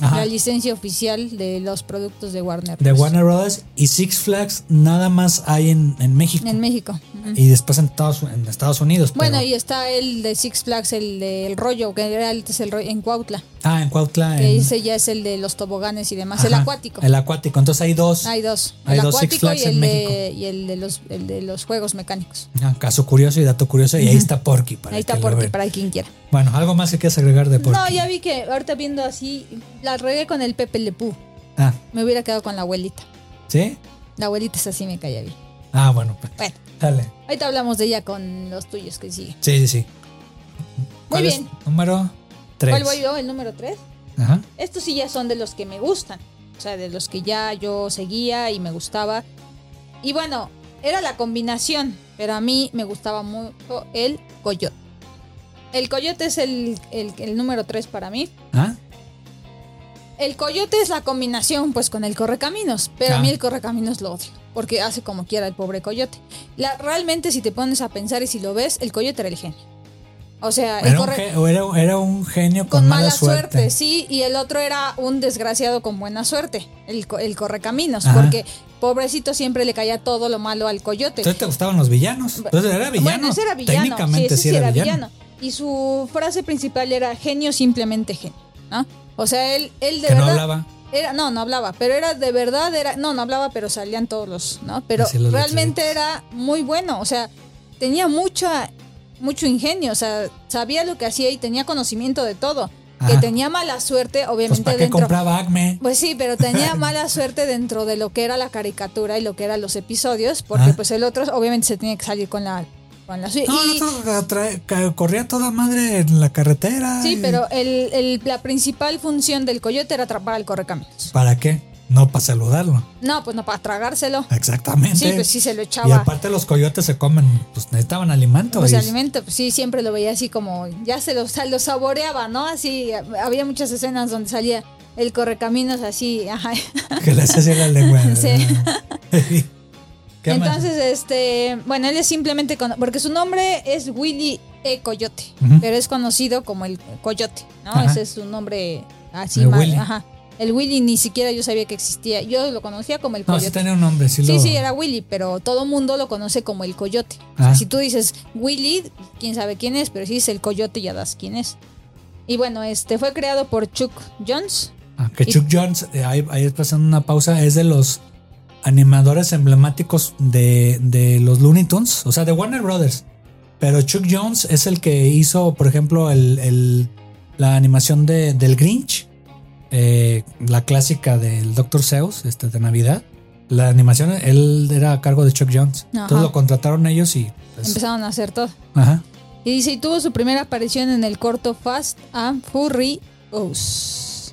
Ajá.
la licencia oficial de los productos de Warner.
De
Bros.
Warner Brothers y Six Flags nada más hay en, en México.
En México. Ujú.
y después en Estados, en Estados Unidos.
Bueno,
pero-
y está el de Six Flags, el del rollo, que era antes el rollo en Cuautla.
ah, en Cuautla.
Que
en-
ese ya es el de los toboganes y demás. el
ajá,
acuático.
El acuático. Entonces hay dos.
Hay dos.
Hay
el
dos Six Flags
acuático y
en
el, de,
México.
y el de los el de los juegos mecánicos.
Ah, caso curioso y dato curioso. Y ahí está Porky. Para
Ahí está
que lo
Porky
vean.
para quien quiera.
Bueno, algo más que quieras agregar de Porky.
No, ya vi que ahorita viendo así, la regué con el Pepe Lepú.
Ah,
Me hubiera quedado con la abuelita.
¿sí?
La abuelita es así, me calla bien.
Ah, bueno, pues.
Bueno,
Dale.
ahorita hablamos de ella con los tuyos que sigue.
Sí, sí, sí. ¿Cuál es?
bien.
Número 3.
¿Cuál voy yo? El número 3.
Ajá.
Estos sí ya son de los que me gustan. O sea, de los que ya yo seguía y me gustaba. Y bueno, era la combinación. Pero a mí me gustaba mucho el coyote. El coyote es el, el- el número 3 para mí.
¿Ah?
El coyote es la combinación, pues, con el correcaminos. Pero a mí
Ah.
el correcaminos lo odio. Porque hace como quiera el pobre coyote. La- realmente, si te pones a pensar y si lo ves, el coyote era el genio. O sea, el
Era un,
corre-
ge- o era, era un genio con,
con mala suerte. sí, y el otro era un desgraciado con buena suerte, el, co- el correcaminos,
Ajá.
porque pobrecito siempre le caía todo lo malo al coyote.
Entonces te gustaban los villanos. Entonces era villano.
bueno, ese era villano,
Técnicamente
sí, ese
sí, era, villano.
Y su frase principal era genio, simplemente genio, ¿no? O sea, él, él de
Que no
verdad
hablaba.
era no no hablaba pero era de verdad era no no hablaba pero salían todos los no pero
Así los
realmente
letreritos.
era muy bueno o sea tenía mucha mucho ingenio o sea sabía lo que hacía y tenía conocimiento de todo que
Ajá.
tenía mala suerte
Pues
obviamente
para qué
dentro
compraba Acme.
pues sí pero tenía mala suerte dentro de lo que era la caricatura y lo que eran los episodios porque
Ajá.
pues el otro obviamente se tenía que salir con la con la suya
Ah. No,
Y-
el otro tra- ca- corría toda madre en la carretera.
sí
y-
pero el- el- la principal función del coyote era atrapar al correcaminos
¿Para qué? No para saludarlo.
no pues no para tragárselo
Exactamente.
Sí, pues sí se lo echaba.
Y aparte los coyotes se comen, pues necesitaban alimento.
Pues
y-
alimento, pues sí, siempre lo veía así como, ya se lo, sa- lo saboreaba, ¿no? Así, había muchas escenas donde salía el correcaminos así, ajá.
que les hacía la lengua.
Sí.
¿Qué más?
Entonces, este, bueno, él es simplemente, cono- porque su nombre es Willy E. Coyote,
Ujú.
pero es conocido como el Coyote, ¿no?
Ajá.
Ese es su nombre así,
El
mal,
Willy.
ajá. El Willy ni siquiera yo sabía que existía, yo lo conocía como el
No,
Coyote.
sí tenía un nombre, sí,
Sí,
lo-
sí, era Willy, pero todo mundo lo conoce como el coyote. O
Ah.
sea, si tú dices Willy, quién sabe quién es, pero si dices el coyote ya das quién es. Y bueno, este fue creado por Chuck Jones.
Ah, que
Y-
Chuck Jones, eh, ahí, ahí pasando una pausa, es de los animadores emblemáticos de, de los Looney Tunes, o sea, de Warner Brothers. Pero Chuck Jones es el que hizo, por ejemplo, el, el- la animación de, del Grinch, eh, la clásica del Dr. Zeus, este, de Navidad. La animación, él era a cargo de Chuck Jones.
Ajá.
Entonces lo contrataron ellos y... pues,
Empezaron a hacer todo.
ajá.
Y dice, y tuvo su primera aparición en el corto Fast and Furious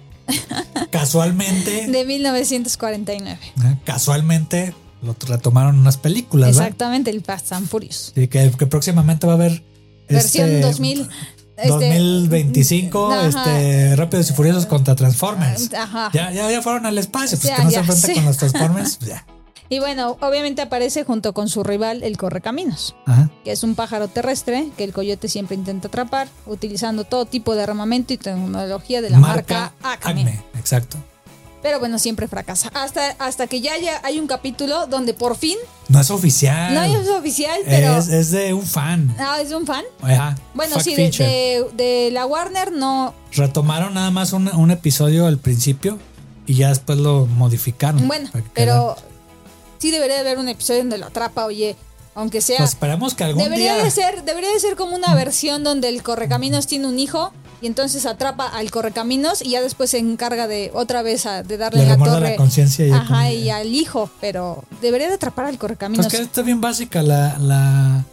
Casualmente...
de 1949.
Ajá, Casualmente lo retomaron unas películas, ¿va?
Exactamente, el Fast and Furious.
Sí, que, que próximamente va a haber.
Versión
este,
2000. este, mm,
2025,
ajá. Ah,
este, Rápidos y Furiosos contra Transformers.
Ajá.
este, Ya, ya, ya fueron al espacio, pues
Ya,
que no
ya,
se enfrenta
sí.
con los Transformers. pues ya.
Y bueno, obviamente aparece junto con su rival, el Correcaminos.
Ajá.
que es un pájaro terrestre que el coyote siempre intenta atrapar, utilizando todo tipo de armamento y tecnología de la marca, Acme.
Exacto.
Pero bueno, siempre fracasa. Hasta, hasta que ya, haya- hay un capítulo donde por fin,
No es oficial.
no Ah, es oficial, pero
es, es de un fan.
ah, es un fan.
Ajá.
Bueno,
Fact
sí, de,
feature.
de- de la Warner no.
Retomaron nada más un, un episodio al principio y ya después lo modificaron.
Bueno,
para que quedara.
pero sí debería de haber un episodio donde lo atrapa, oye, aunque sea.
Pues esperamos que algún
Debería
día. Mm.
de ser, debería de ser como una versión donde el correcaminos tiene un hijo y entonces atrapa al correcaminos y ya después se encarga de otra vez a- de darle
Le
la
remuerde
torre.
la conciencia y ya
Ajá,
como-
y al hijo, pero debería de atrapar al correcaminos.
Pues que está bien básica la, la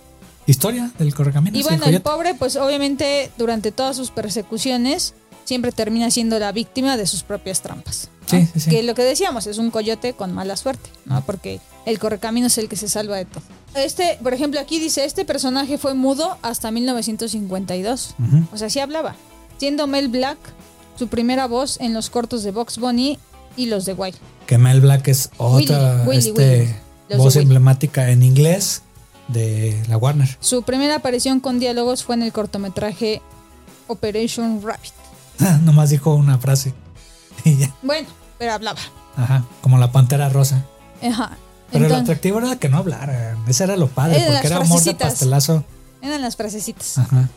historia del correcaminos.
y
del
bueno,
coyote.
el pobre, pues obviamente durante todas sus persecuciones siempre termina siendo la víctima de sus propias trampas. ¿no?
Sí, sí, sí.
Que lo que decíamos es un coyote con mala suerte, ¿no? Porque el correcaminos es el que se salva de todo. Este, por ejemplo, aquí dice, este personaje fue mudo hasta 1952.
Ujú.
O sea, sí hablaba. Siendo Mel Black su primera voz en los cortos de Box Bunny y los de Wild.
Que Mel Black es otra
Willy,
este,
Willy. Los
voz
de Willy.
emblemática en inglés de la Warner.
Su primera aparición con diálogos fue en el cortometraje Operation Rabbit.
Nomás dijo una frase. Y ya.
Bueno, pero hablaba.
Ajá, como la pantera rosa.
Ajá.
Pero lo
Entonces,
atractivo era que no hablaran. Ese era lo padre,
Eran las
porque era amor de
frasecitas.
pastelazo.
eran las frasecitas.
Ajá.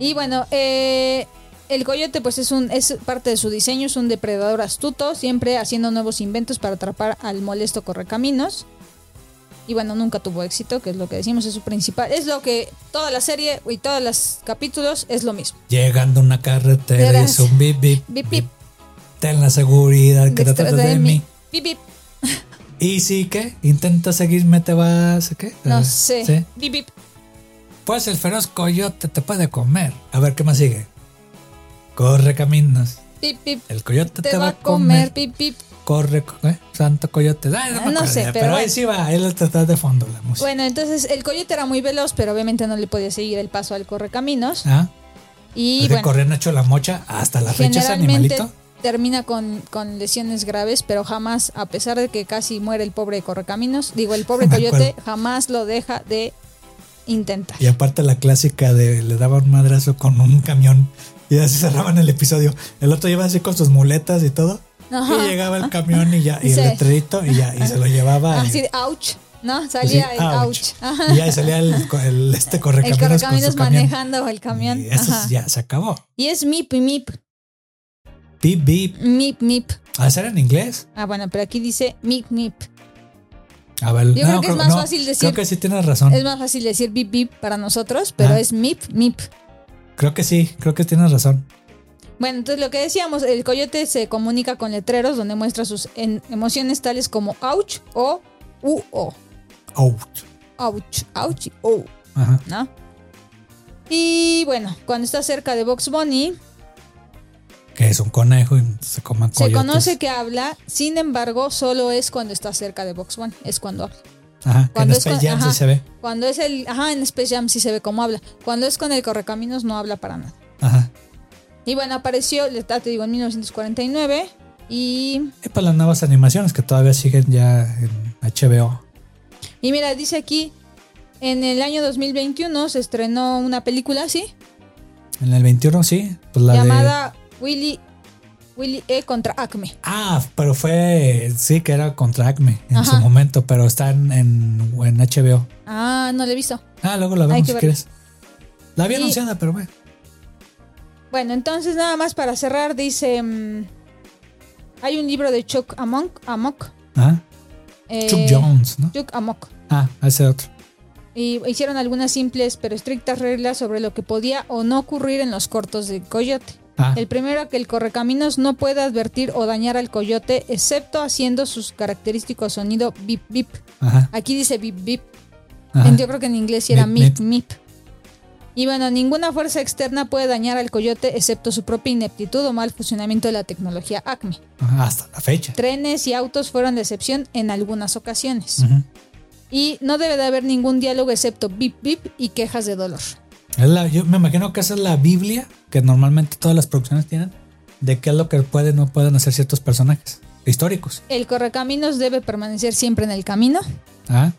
Y bueno, eh, el coyote pues es, un, es parte de su diseño, es un depredador astuto, siempre haciendo nuevos inventos para atrapar al molesto correcaminos. Y bueno, nunca tuvo éxito, que es lo que decimos, es su principal. Es lo que toda la serie y todos los capítulos es lo mismo.
Llegando a una carretera
Era-
hizo un bip bip.
Bip, bip.
ten la seguridad que tratas de, mí.
Pip, pip.
Y si que intenta seguirme, te vas. ¿Qué?
No
Ah,
sé.
¿sí?
Bip, bip.
Pues el feroz coyote te puede comer. A ver, ¿qué más sigue? Corre caminos.
Pip, pip.
El coyote
Te, va a comer. Pip, pip.
Corre, co- ¿eh? santo coyote. Ay, no, me
Ah, no
acuerdo
sé,
ya,
pero
pero, ahí
bueno.
sí va. Él está de fondo la música.
Bueno, entonces el coyote era muy veloz, pero obviamente no le podía seguir el paso al correcaminos.
Ah,
Y
el que
bueno,
corría Nacho la mocha hasta la fecha ese
generalmente
animalito.
termina con, con lesiones graves, pero jamás, a pesar de que casi muere el pobre correcaminos, digo, el pobre
Me
coyote
acuerdo.
jamás lo deja de intentar.
Y aparte la clásica de le daba un madrazo con un camión y así cerraban el episodio. El otro iba así con sus muletas y todo.
Ajá.
Y llegaba el camión y ya, y
Sí.
el letrerito y ya, y se lo llevaba. y-
Así de ouch, ¿no?
así,
Salía el ouch. Ajá.
Y ahí salía el, co- el- este
El
correcaminos. con su
correcaminos
camión.
manejando el camión.
Y eso
Ajá.
ya se acabó.
Y es mip, mip,
Beep, beep.
mip, mip.
¿Ah, será en inglés?
Ah, bueno, pero aquí dice mip, mip.
A ver,
Yo creo que es más fácil decir-
Creo que sí tienes razón.
Es más fácil decir bip, bip para nosotros, pero
Ajá.
es mip, mip.
Creo que sí, creo que tienes razón.
Bueno, entonces lo que decíamos, el coyote se comunica con letreros donde muestra sus en- emociones tales como ouch o u o.
Out.
Ouch, ouch, y oh,
Ajá.
¿no? Y bueno, cuando está cerca de Box Bunny,
Que es un conejo y se coman
se
coyotes.
conoce que habla, sin embargo, solo es cuando está cerca de Box Bunny, es cuando habla.
Ajá, que en
Cuando es
Space
con-
Jam
ajá.
sí se ve.
Cuando es el, ajá, en Space Jam sí se ve cómo habla. Cuando es con el correcaminos no habla para nada.
Ajá.
Y bueno, apareció, le- te digo, en 1949 y
Y pues las nuevas animaciones que todavía siguen ya en HBO.
Y mira, dice aquí, en el año 2021 se estrenó una película así,
En el 21, sí. Pues la de.
llamada Willy, Willy E contra Acme.
Ah, pero fue. Sí, que era contra Acme en
Ajá.
su momento, pero está en, en, en HBO.
Ah, no la he visto.
Ah, luego la
Hay
vemos
que
si
ver.
quieres. La había
Y-
anunciada, pero bueno.
Bueno, entonces nada más para cerrar, dice, mm, hay un libro de Chuck Amok. Amok
Ajá.
eh,
Chuck Jones, ¿no?
Chuck Amok.
Ah, ese otro.
Y hicieron algunas simples pero estrictas reglas sobre lo que podía o no ocurrir en los cortos de Coyote.
Ah,
El primero, que el correcaminos no puede advertir o dañar al coyote, excepto haciendo sus característicos sonido bip bip.
ajá.
Aquí dice bip bip.
ajá.
Yo creo que en inglés sí era
Mip,
mip mip. Y bueno, ninguna fuerza externa puede dañar al coyote excepto su propia ineptitud o mal funcionamiento de la tecnología ACME.
Ajá, Hasta la fecha.
Trenes y autos fueron de excepción en algunas ocasiones.
Ujú.
Y no debe de haber ningún diálogo excepto bip bip y quejas de dolor.
Es la- yo me imagino que esa es la Biblia que normalmente todas las producciones tienen de qué es lo que pueden o no pueden hacer ciertos personajes históricos.
El correcaminos debe permanecer siempre en el camino.
Ajá,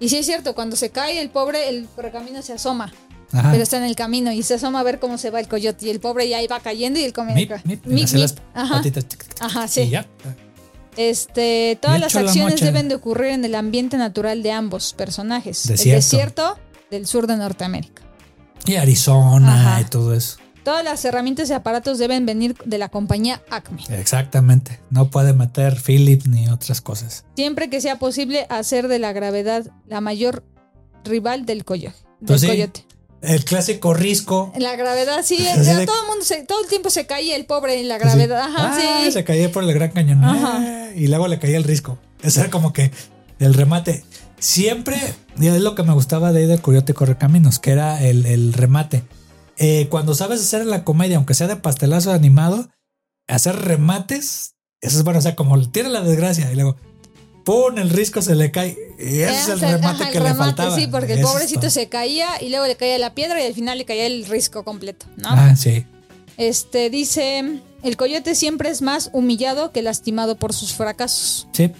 Y sí es cierto, cuando se cae el pobre, el correcaminos se asoma.
ajá.
pero está en el camino y se asoma a ver cómo se va el coyote y el pobre ya iba cayendo y el come-
Mip, mip, y
Mip,
hacer las
mip. Ajá.
patitas, tic, tic, tic,
Ajá,
y
sí.
ya.
Este, todas
Le
las
echo la
acciones
mocha.
deben de ocurrir en el ambiente natural de ambos personajes,
Desierto.
el desierto del sur de Norteamérica.
Y Arizona
Ajá.
y todo eso.
Todas las herramientas y aparatos deben venir de la compañía Acme.
Exactamente. No puede meter Philip ni otras cosas.
Siempre que sea posible hacer de la gravedad la mayor rival del coyote. del
Pues sí.
coyote.
El clásico risco.
La gravedad sí,
Pues Así de-
todo el mundo se- todo el tiempo se caía el pobre en la gravedad. Ajá,
Así, "Ah,
sí.
Se caía por el gran cañón.
Ajá.
eh, Y luego le caía el risco. Ese era como que el remate. Siempre, y es lo que me gustaba de ahí del Coyote Correcaminos, que era el, el remate. Eh, cuando sabes hacer la comedia, aunque sea de pastelazo animado, hacer remates, eso es bueno. O sea, como tira la desgracia y luego, ¡pum! El risco se le cae. Y ese es el
Ajá,
remate
el
que le
remate,
faltaba.
Sí, porque el
Eso es
pobrecito
todo.
se caía y luego le caía la piedra y al final le caía el risco completo, ¿no?
Ah, sí.
Este dice, el coyote siempre es más humillado que lastimado por sus fracasos.
Sí.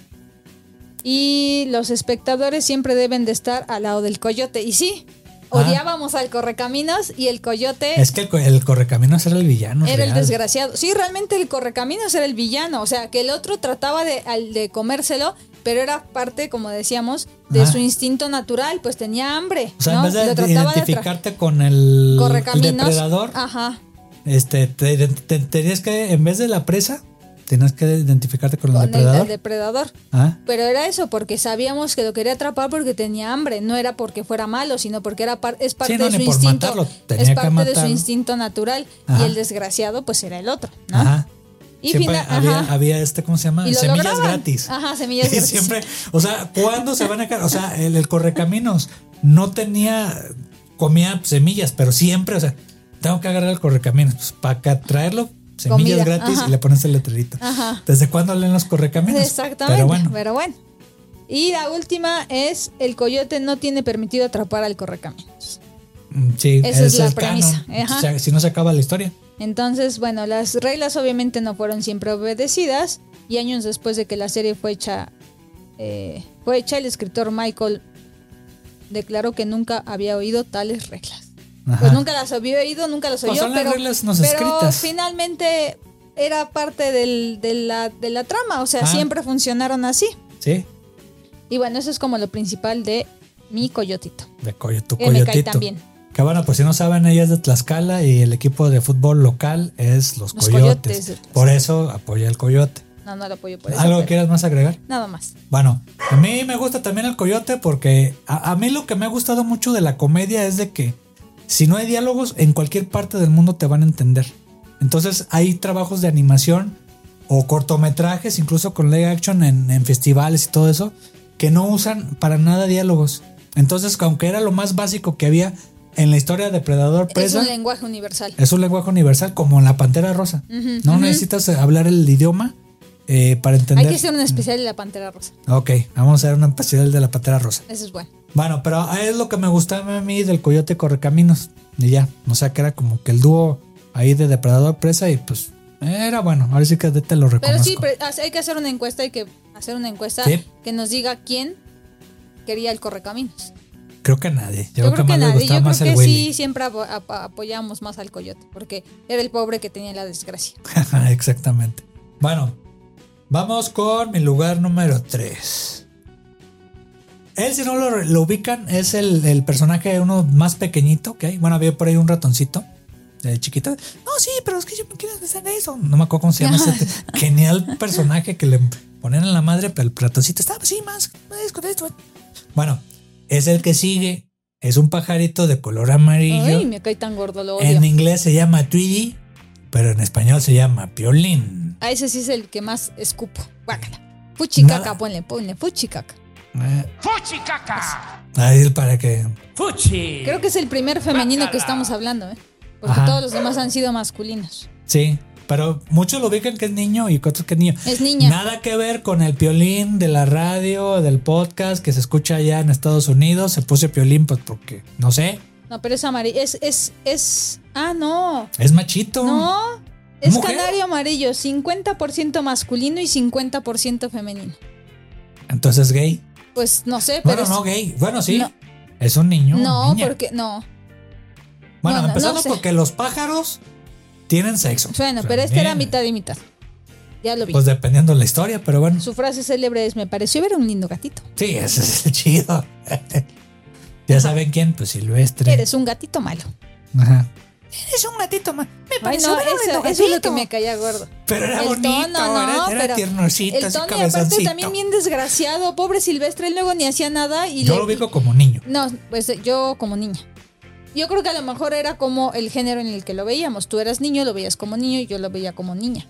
Y los espectadores siempre deben de estar al lado del coyote. Y sí,
Ah.
odiábamos al correcaminos y el coyote
Es que el, co- el correcaminos era el villano.
era el
real.
desgraciado. Sí, realmente el correcaminos era el villano. O sea, que el otro trataba de, al de comérselo, pero era parte, como decíamos, de
Ajá.
su instinto natural, pues tenía hambre.
O sea,
¿no?
en vez de
Lo trataba de tra-
identificarte con el, el
correcaminos. Ah.
depredador,
Ajá.
este, te, te- te- tenías que, en vez de la presa, tenías que identificarte con el
Con el- el,
depredador.
depredador.
Ah,
Pero era eso, porque sabíamos que lo quería atrapar porque tenía hambre, no era porque fuera malo, sino porque era par- es parte
no,
de su
ni por
instinto.
matarlo, tenía
es
que
parte de su
matarlo.
instinto natural.
Ajá.
Y el desgraciado, pues era el otro, ¿no?
Ajá.
Y
siempre
fina-
había,
ajá.
habá este, ¿cómo se llama?
Y lo
Semillas
lograban.
gratis.
Ajá, semillas
Y
gratis.
siempre, o sea, ¿cuándo se van a acabar? O sea, el, el correcaminos no tenía, comía semillas, pero siempre, o sea, tengo que agarrar el correcaminos. Pues, para acá traerlo, semillas
Comida,
gratis
ajá.
y le pones el letrerito.
Ajá.
¿Desde cuándo leen los correcaminos?
Exactamente.
Pero bueno,
pero bueno. Y la última es el coyote no tiene permitido atrapar al correcaminos.
mm, sí,
esa es la
el
premisa,
canon.
ajá.
O sea, si no se acaba la historia.
Entonces, bueno, las reglas obviamente no fueron siempre obedecidas y años después de que la serie fue hecha, eh, fue hecha el escritor Michael declaró que nunca había oído tales reglas.
Ajá.
Pues nunca las había oído, nunca las
Pues
oyó,
son las
pero,
reglas no
pero
escritas.
finalmente era parte del- de, la, de la trama, o sea,
Ah.
siempre funcionaron así.
Sí,
Y bueno, eso es como lo principal de mi coyotito.
de coyo, tu
Él me cae
coyotito.
también.
Que bueno, pues si no saben, ella es de Tlaxcala y el equipo de fútbol local es los,
Los
coyotes.
Coyotes de Tlaxcala.
Por eso apoya el coyote.
No, no lo apoyo por eso.
¿Algo
pero-
quieras más agregar?
Nada más.
Bueno, a mí me gusta también el coyote porque a, a mí lo que me ha gustado mucho de la comedia es de que si no hay diálogos, en cualquier parte del mundo te van a entender. Entonces hay trabajos de animación o cortometrajes, incluso con live action en, en festivales y todo eso, que no usan para nada diálogos. Entonces, aunque era lo más básico que había en la historia de Predador
Es
Presa,
un lenguaje universal.
es un lenguaje universal como en la Pantera Rosa.
Ujú,
no
ujú.
necesitas hablar el idioma eh, para entender.
Hay que hacer un especial
Mm.
de la pantera rosa.
Ok, vamos a ver una especial de la patera rosa.
Eso es bueno.
Bueno, pero es lo que me gustaba a mí del Coyote Correcaminos. Y ya, o sea que era como que el dúo ahí de Depredador Presa y pues era bueno. Ahora sí que te lo reconozco.
Pero sí, pero hace- hay que hacer una encuesta, hay que hacer una encuesta
Sí.
que nos diga quién quería el correcaminos.
Creo que nadie. Yo, creo
Yo,
que
creo que
más le
nadie,
gustaba
yo
más
creo
el
que sí
Willy.
siempre apo- ap- apoyamos más al coyote, porque era el pobre que tenía la desgracia.
Ajá, Exactamente. Bueno, vamos con mi lugar número 3. Él, si no lo, lo ubican, es el, el personaje uno más pequeñito que hay. Bueno, había por ahí un ratoncito. eh, chiquito. No, sí, pero es que yo me quiero hacer eso. No me acuerdo cómo se llama ese genial personaje que le ponen en la madre, pero el ratoncito estaba así más, más con esto. ¿eh? Bueno, es el que sigue. Es un pajarito de color amarillo.
Ay, me cae tan gordo, lo odio.
En inglés se llama Tweety, pero en español se llama Piolín.
A ese sí es el que más escupo. Guácala. Puchicaca,
Nada.
ponle, ponle, puchicaca.
Eh, Ahí para que.
Creo que es el primer femenino que estamos hablando, ¿eh? Porque
Ajá.
todos los demás han sido masculinos.
Sí, pero muchos lo ubican que es niño y otros que es niño.
Es niña.
Nada que ver con el piolín de la radio, del podcast que se escucha allá en Estados Unidos. Se puso piolín, pues porque, no sé,
No, pero es amarillo. Es, es, es. Ah, no.
es machito.
No, es
¿Mujer?
canario amarillo, 50% masculino y 50% femenino.
Entonces gay.
Pues no sé, pero
Bueno,
es-
no gay. Bueno, sí.
No.
Es un niño.
no,
niña.
porque no.
Bueno,
no, no,
empezando
no sé.
porque los pájaros tienen sexo.
Bueno, pero este era
También.
mitad y mitad. Ya lo vi.
Pues dependiendo de la historia, pero bueno.
Su frase célebre es me pareció ver un lindo gatito.
Sí, ese es el chido. ya saben quién, pues Silvestre.
Eres un gatito malo.
Ajá. Eres un gatito más. Me
Ay, no, eso, eso es lo que me caía gordo.
Pero era
el
bonito,
tono, no,
era, era
pero
tiernosito,
el
así
tono y aparte
cabezoncito.
también bien desgraciado, pobre Silvestre, él luego ni hacía nada y
Yo
le-
lo ubico como niño.
No, pues yo como niña. Yo creo que a lo mejor era como el género en el que lo veíamos. Tú eras niño, lo veías como niño y yo lo veía como niña.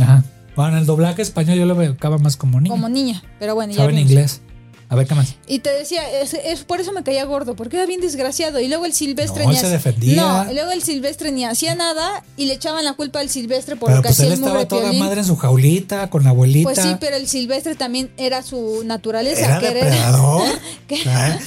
Ajá. Bueno, en el doblaje español yo lo ubicaba más como niño.
Como niña. Pero bueno, ya.
Saben
vimos.
inglés. A ver, ¿qué más?
Y te decía, es, es- por eso me caía gordo, porque era bien desgraciado. Y luego el silvestre
No,
ni
él se
hacía-
defendía.
No, y luego el silvestre ni hacía nada y le echaban la culpa al silvestre por
Pero
lo que
pues
hacía
él
el mugre
estaba toda
Piolín.
madre en su jaulita, con la abuelita.
Pues sí, pero el silvestre también era su naturaleza.
Era
querer-
depredador.
que-
¿Eh?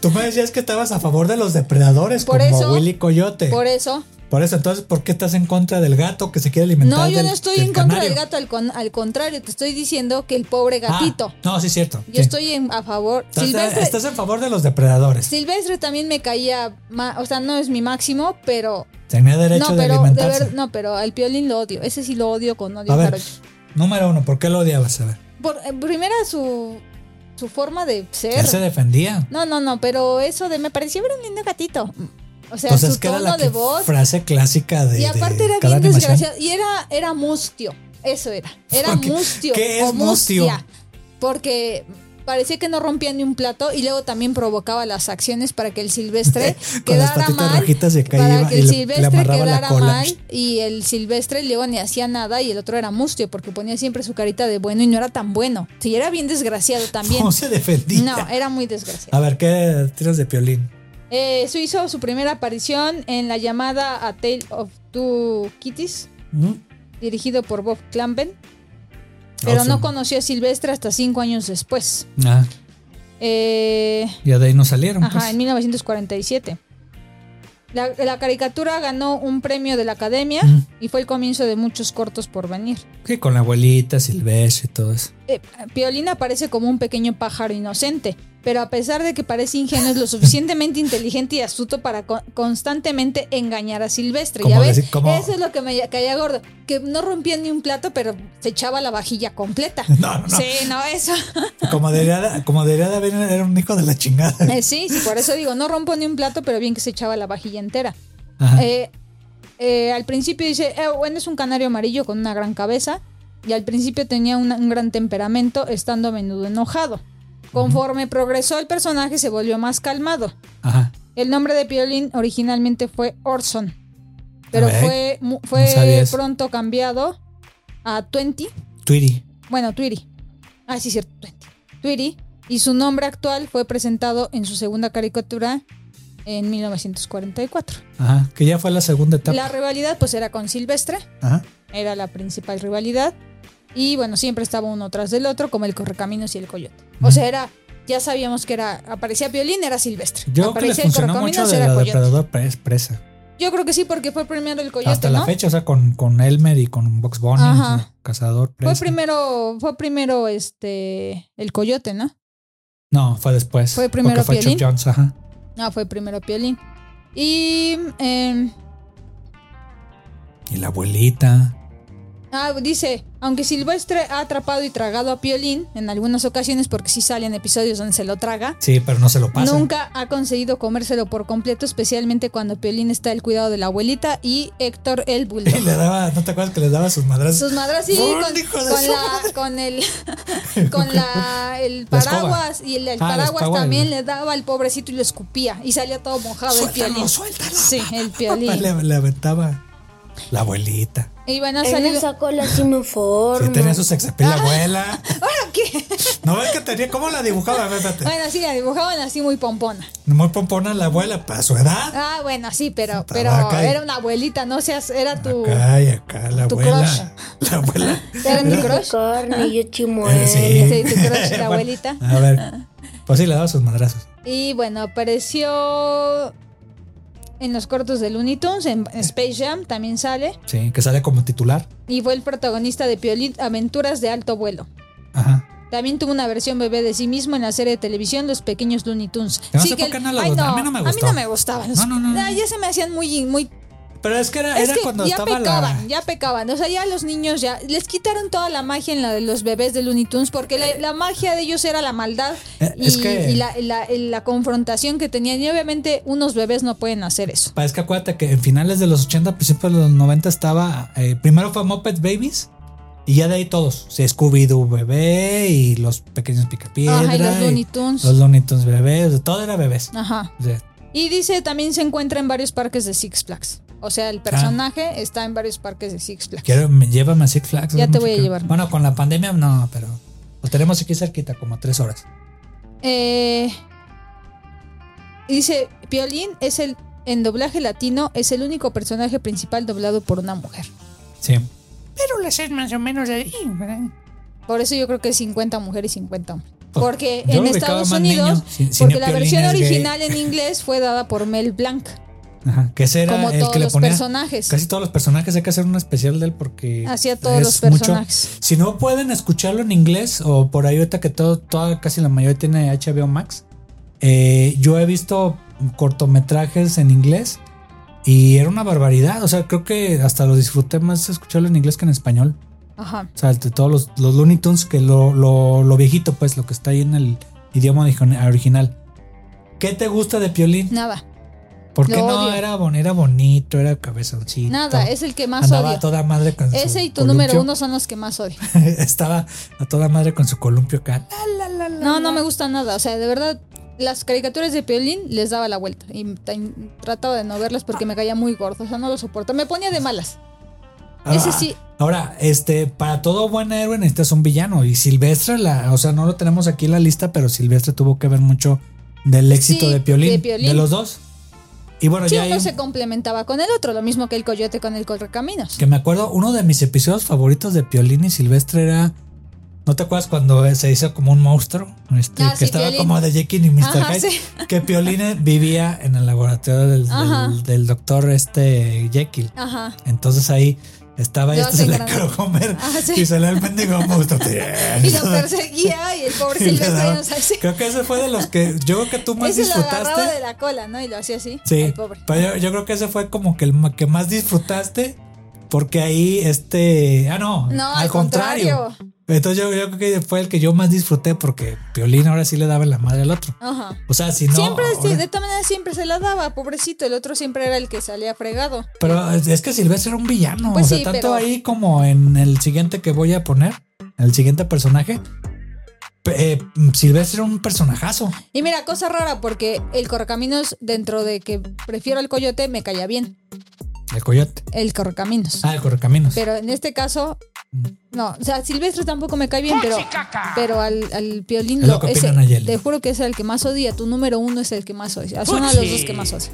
Tú me decías que estabas a favor de los depredadores,
Por
como
eso-
Willy Coyote.
Por e eso.
Por eso, entonces, ¿por qué estás en contra del gato que se quiere alimentar?
No, yo
del-
no estoy
del
en contra
canario?
del gato, al, con- al contrario, te estoy diciendo que el pobre
Ah,
gatito.
no, sí, es cierto.
Yo
sí.
estoy en, a favor.
Estás,
Silvestre,
estás en favor de los depredadores.
Silvestre también me caía, ma- o sea, no es mi máximo, pero
Tenía derecho
no,
de
pero de
alimentarse.
ver, no, pero al piolín lo odio. Ese sí lo odio con odio
a ver,
jarocho.
número uno, ¿por qué lo odiabas? A ver,
Por en primera su su forma de ser.
él se defendía.
No, no, no, pero eso de me parecía ver un lindo gatito. O sea,
Pues es
su
que era
tono
la
de
que-
voz
frase clásica de.
y
de
aparte era
cada
bien
animación.
desgraciado y era era mustio. Eso era. Era
¿Por qué?
mustio
¿Qué es
o mustia.
mustio?
Porque parecía que no rompía ni un plato y luego también provocaba las acciones para que el silvestre
Con las
quedara
patitas
mal.
rojitas se caía
para que
y
el
le-
silvestre
le amarraba la
quedara
cola.
mal y el silvestre luego ni hacía nada y el otro era mustio porque ponía siempre su carita de bueno y no era tan bueno. Sí, era bien desgraciado también.
¿Cómo se defendía?
No, eh. era muy desgraciado.
A ver, ¿qué tiras de piolín?
Eh, su hizo su primera aparición en la llamada A Tale of Two Kitties,
¿Mm?
dirigido por Bob Clampen, pero
Awesome.
no conoció a Silvestre hasta cinco años después.
Ah,
Eh,
ya de ahí no salieron.
ajá,
pues.
en 1947. La, la caricatura ganó un premio de la Academia
Mm.
y fue el comienzo de muchos cortos por venir.
Sí, con la abuelita, Silvestre y todo eso.
Eh, Piolín aparece como un pequeño pájaro inocente, pero a pesar de que parece ingenuo, es lo suficientemente inteligente y astuto para co- constantemente engañar a Silvestre.
Como
¿Ya ves?
decir, como-
Eso es lo que me caía gordo. Que no rompía ni un plato, pero se echaba la vajilla completa.
No, no, no.
Sí, no, eso.
Como debería, de- como debería de haber, era un hijo de la chingada.
Eh, sí, sí, por eso digo, no rompo ni un plato, pero bien que se echaba la vajilla entera.
Ajá.
Eh, eh, al principio dice, eh, bueno, es un canario amarillo con una gran cabeza. Y al principio tenía una- un gran temperamento, estando a menudo enojado. Conforme progresó el personaje, se volvió más calmado.
Ajá.
El nombre de Piolín originalmente fue Orson, pero
A ver,
fue, mu-
no sabía
fue
eso.
pronto cambiado a Twenty.
Tweety.
Bueno, Tweety. Ah, sí, cierto, Twenty. Tweety. Y su nombre actual fue presentado en su segunda caricatura en 1944.
Ajá. Que ya fue la segunda etapa.
La rivalidad pues era con Silvestre,
Ajá.
era la principal rivalidad. Y bueno, siempre estaba uno tras del otro, como el Correcaminos y el Coyote. O sea, era, ya sabíamos que era, aparecía Piolín, era Silvestre.
Yo creo que les
aparecía
funcionó mucho de
era
la
Coyote.
depredador pres- presa.
Yo creo que sí, porque fue primero el Coyote,
Hasta
¿no?
la fecha, o sea, con, con Elmer y con Box Bunny,
Ajá.
o sea, cazador presa.
Fue primero, fue primero este el coyote, ¿no?
No, fue después.
Fue primero
Porque fue Chuck
Piolín.
Jones, ajá.
No, fue primero Piolín. Y em,
Y la abuelita.
ah, dice, aunque Silvestre ha atrapado y tragado a Piolín en algunas ocasiones, porque sí salen episodios donde se lo traga,
Sí, pero no se lo pasa.
nunca ha conseguido comérselo por completo, especialmente cuando Piolín está al cuidado de la abuelita y Héctor el Bulldog.
Y le daba, ¿no te acuerdas que les daba sus madrazos?
Sus madras sí,
¡Buen
con,
hijo de
con
su
la, con el con la el
La escoba.
paraguas y el, el
Ah, la
paraguas
escoba,
también
el-
le daba al pobrecito y lo escupía y salía todo mojado el
Suéltalo,
piolín.
suéltalo.
Sí, el piolín.
Le, le aventaba la abuelita.
Y van a
En
salir.
esa cola sí me
Sí,
formo.
tenía su sexapil la abuela.
Bueno, ¿qué?
No ves que tenía, ¿cómo la dibujaba? A ver, espérate.
Bueno, sí, la dibujaban así muy pompona.
Muy pompona la abuela, para su edad.
Ah, bueno, sí, pero,
Puta,
pero
vaca y-
era una abuelita, no seas, era tu.
Acá y acá, la
tu
abuela. La abuela.
Era tu crush.
Corny, yo chimuelo.
Eh,
Sí, tu crush, la
Bueno,
abuelita.
A ver. Pues sí, le daba sus madrazos.
Y bueno, apareció en los cortos de Looney Tunes, en Space Jam también sale.
Sí, que sale como titular.
Y fue el protagonista de Piolín Aventuras de Alto Vuelo.
Ajá.
También tuvo una versión bebé de sí mismo en la serie de televisión Los Pequeños Looney Tunes.
No
Sí
sé
que
por
el-
qué no la
Ay,
gustó. A mí no me gustó.
gustaban.
No, no, no, no.
Ah, Ya se me hacían muy, muy.
Pero es que era,
Es
Ah, era
que
cuando
ya
estaba
pecaban,
la.
ya pecaban. O sea, ya los niños ya les quitaron toda la magia en la de los bebés de Looney Tunes porque la, la magia de ellos era la maldad
Eh,
y,
es que-
y la, la- la confrontación que tenían. Y obviamente unos bebés no pueden hacer eso.
Pa, Es que acuérdate que en finales de los 80, principios de los 90 estaba. eh, primero fue Muppet Babies. Y ya de ahí todos. Sí, Scooby-Doo bebé y los pequeños picapiedra.
Ajá, y los
y
Looney Tunes. Ah.
Los Looney Tunes bebés. o sea, Todo era bebés.
Ajá.
O sea,
Y dice, también se encuentra en varios parques de Six Flags. O sea, el personaje está en varios parques de Six Flags.
Ah. quiero, me- llévame a Six Flags.
Ya
es
te
mucho
voy a
que-
llevar.
Bueno, con la pandemia no, pero lo tenemos aquí cerquita, como tres horas.
Eh, dice, Piolín es el, en doblaje latino, es el único personaje principal doblado por una mujer.
Sí.
Pero las es más o menos ahí, ¿verdad?
Por eso yo creo que es 50 mujeres y 50 hombres.
Pues,
Porque
yo
en
lo ubicaba
Estados
más
Unidos,
niño. Cine-
porque
Cine
la
Piolín
versión
es gay.
original en inglés fue dada por Mel Blanc,
Ajá, que ese era
como
el
todos
que le
los
ponía.
personajes.
Casi todos los personajes hay que hacer un especial de él porque.
Hacía todos los
mucho.
personajes.
Si no pueden escucharlo en inglés o por ahí ahorita que todo, toda, casi la mayoría tiene HBO Max, eh, yo he visto cortometrajes en inglés y era una barbaridad. O sea, creo que hasta lo disfruté más escucharlo en inglés que en español.
Ajá.
O sea, de todos los, los Looney Tunes, que lo, lo, lo viejito, pues, lo que está ahí en el idioma origi- original. ¿Qué te gusta de Piolín?
Nada,
¿Por qué
Lo
no
odio.
era, bon- era bonito, era cabezoncito?
nada, es el que más
Andaba
odio.
a toda madre con su
Ese y tu
columpio.
número uno son los que más odio.
Estaba a toda madre con su columpio acá. La, la, la, la,
No, no me gusta nada. O sea, de verdad, las caricaturas de Piolín les daba la vuelta. Y t- trataba de no verlas porque me caía muy gordo. O sea, no lo soporto. Me ponía de malas. Ese sí.
Ahora, este, para todo buen héroe necesitas un villano. Y Silvestre, la, o sea, no lo tenemos aquí en la lista, pero Silvestre tuvo que ver mucho del éxito
Sí,
de, Piolín,
de Piolín.
de los dos. Y bueno,
Sí,
ya hay
uno
un-
se complementaba con el otro. Lo mismo que el coyote con el correcaminos.
que me acuerdo, uno de mis episodios favoritos de Piolín y Silvestre era. ¿No te acuerdas cuando se hizo como un monstruo? Este,
Ah,
que
sí,
estaba
Piolín.
como de Jekyll y Mr.
Ajá,
Hyde.
sí.
Que Piolín eh, vivía en el laboratorio del,
Ajá.
del- del doctor este Jekyll.
Ajá.
Entonces ahí estaba y
Lo
este se
hacen
le
grande.
quiero comer.
Ah, sí.
Y salió el mendigo monstruo.
Y lo perseguía y el pobre
Y le
Silvestre
daba-
ya no sabe si-
Creo que ese fue de los que yo creo que tú más
Ese lo
disfrutaste.
agarraba de la cola, ¿no? Y lo hacía así.
Sí,
Ay, pobre.
pero yo, yo creo que ese fue como que el ma- que más disfrutaste porque ahí este, ah no,
No, al contrario.
Entonces yo, yo creo que fue el que yo más disfruté porque Piolín ahora sí le daba la madre al otro.
Ajá.
O sea, si no
siempre, sí,
ahora-
de todas maneras, siempre se la daba, pobrecito. El otro siempre era el que salía fregado.
pero es que Silvestre era un villano,
Pues
o sea,
sí,
tanto
pero-
ahí como en el siguiente que voy a poner, el siguiente personaje pe- eh, Silvestre era un personajazo.
Y mira, cosa rara, porque el correcaminos, dentro de que prefiero al coyote, me caía bien.
El coyote.
El correcaminos.
Ah, Mm. el correcaminos.
Pero en este caso, no. O sea, Silvestre tampoco me cae bien, pero,
Chicaca.
pero al, al piolín.
Es lo que
ese-
opina Nayeli.
te juro que es el que más odia. Tu número uno es el que más odia. Es uno de los dos que más odia.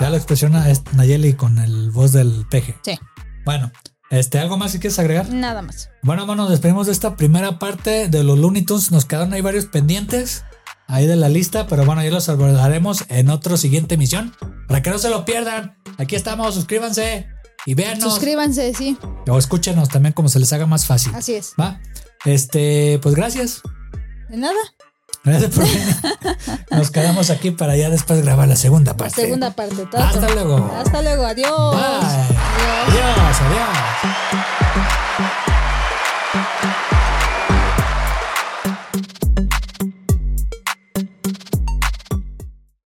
Ya lo expresiona este, Nayeli con el voz del peje.
Sí,
Bueno, este, ¿algo más que quieres agregar?
nada más.
Bueno, bueno, nos despedimos de esta primera parte de los Looney Tunes. Nos quedaron ahí varios pendientes ahí de la lista, pero bueno, ya los abordaremos en otra siguiente emisión. Para que no se lo pierdan, aquí estamos, suscríbanse y véanos.
Suscríbanse, sí.
o escúchenos también como se les haga más fácil.
Así es.
¿Va? Este, pues gracias.
De nada.
Gracias por venir. Nos quedamos aquí para ya después grabar la segunda parte.
Segunda parte. todo.
Hasta luego.
Hasta luego. Adiós.
Bye.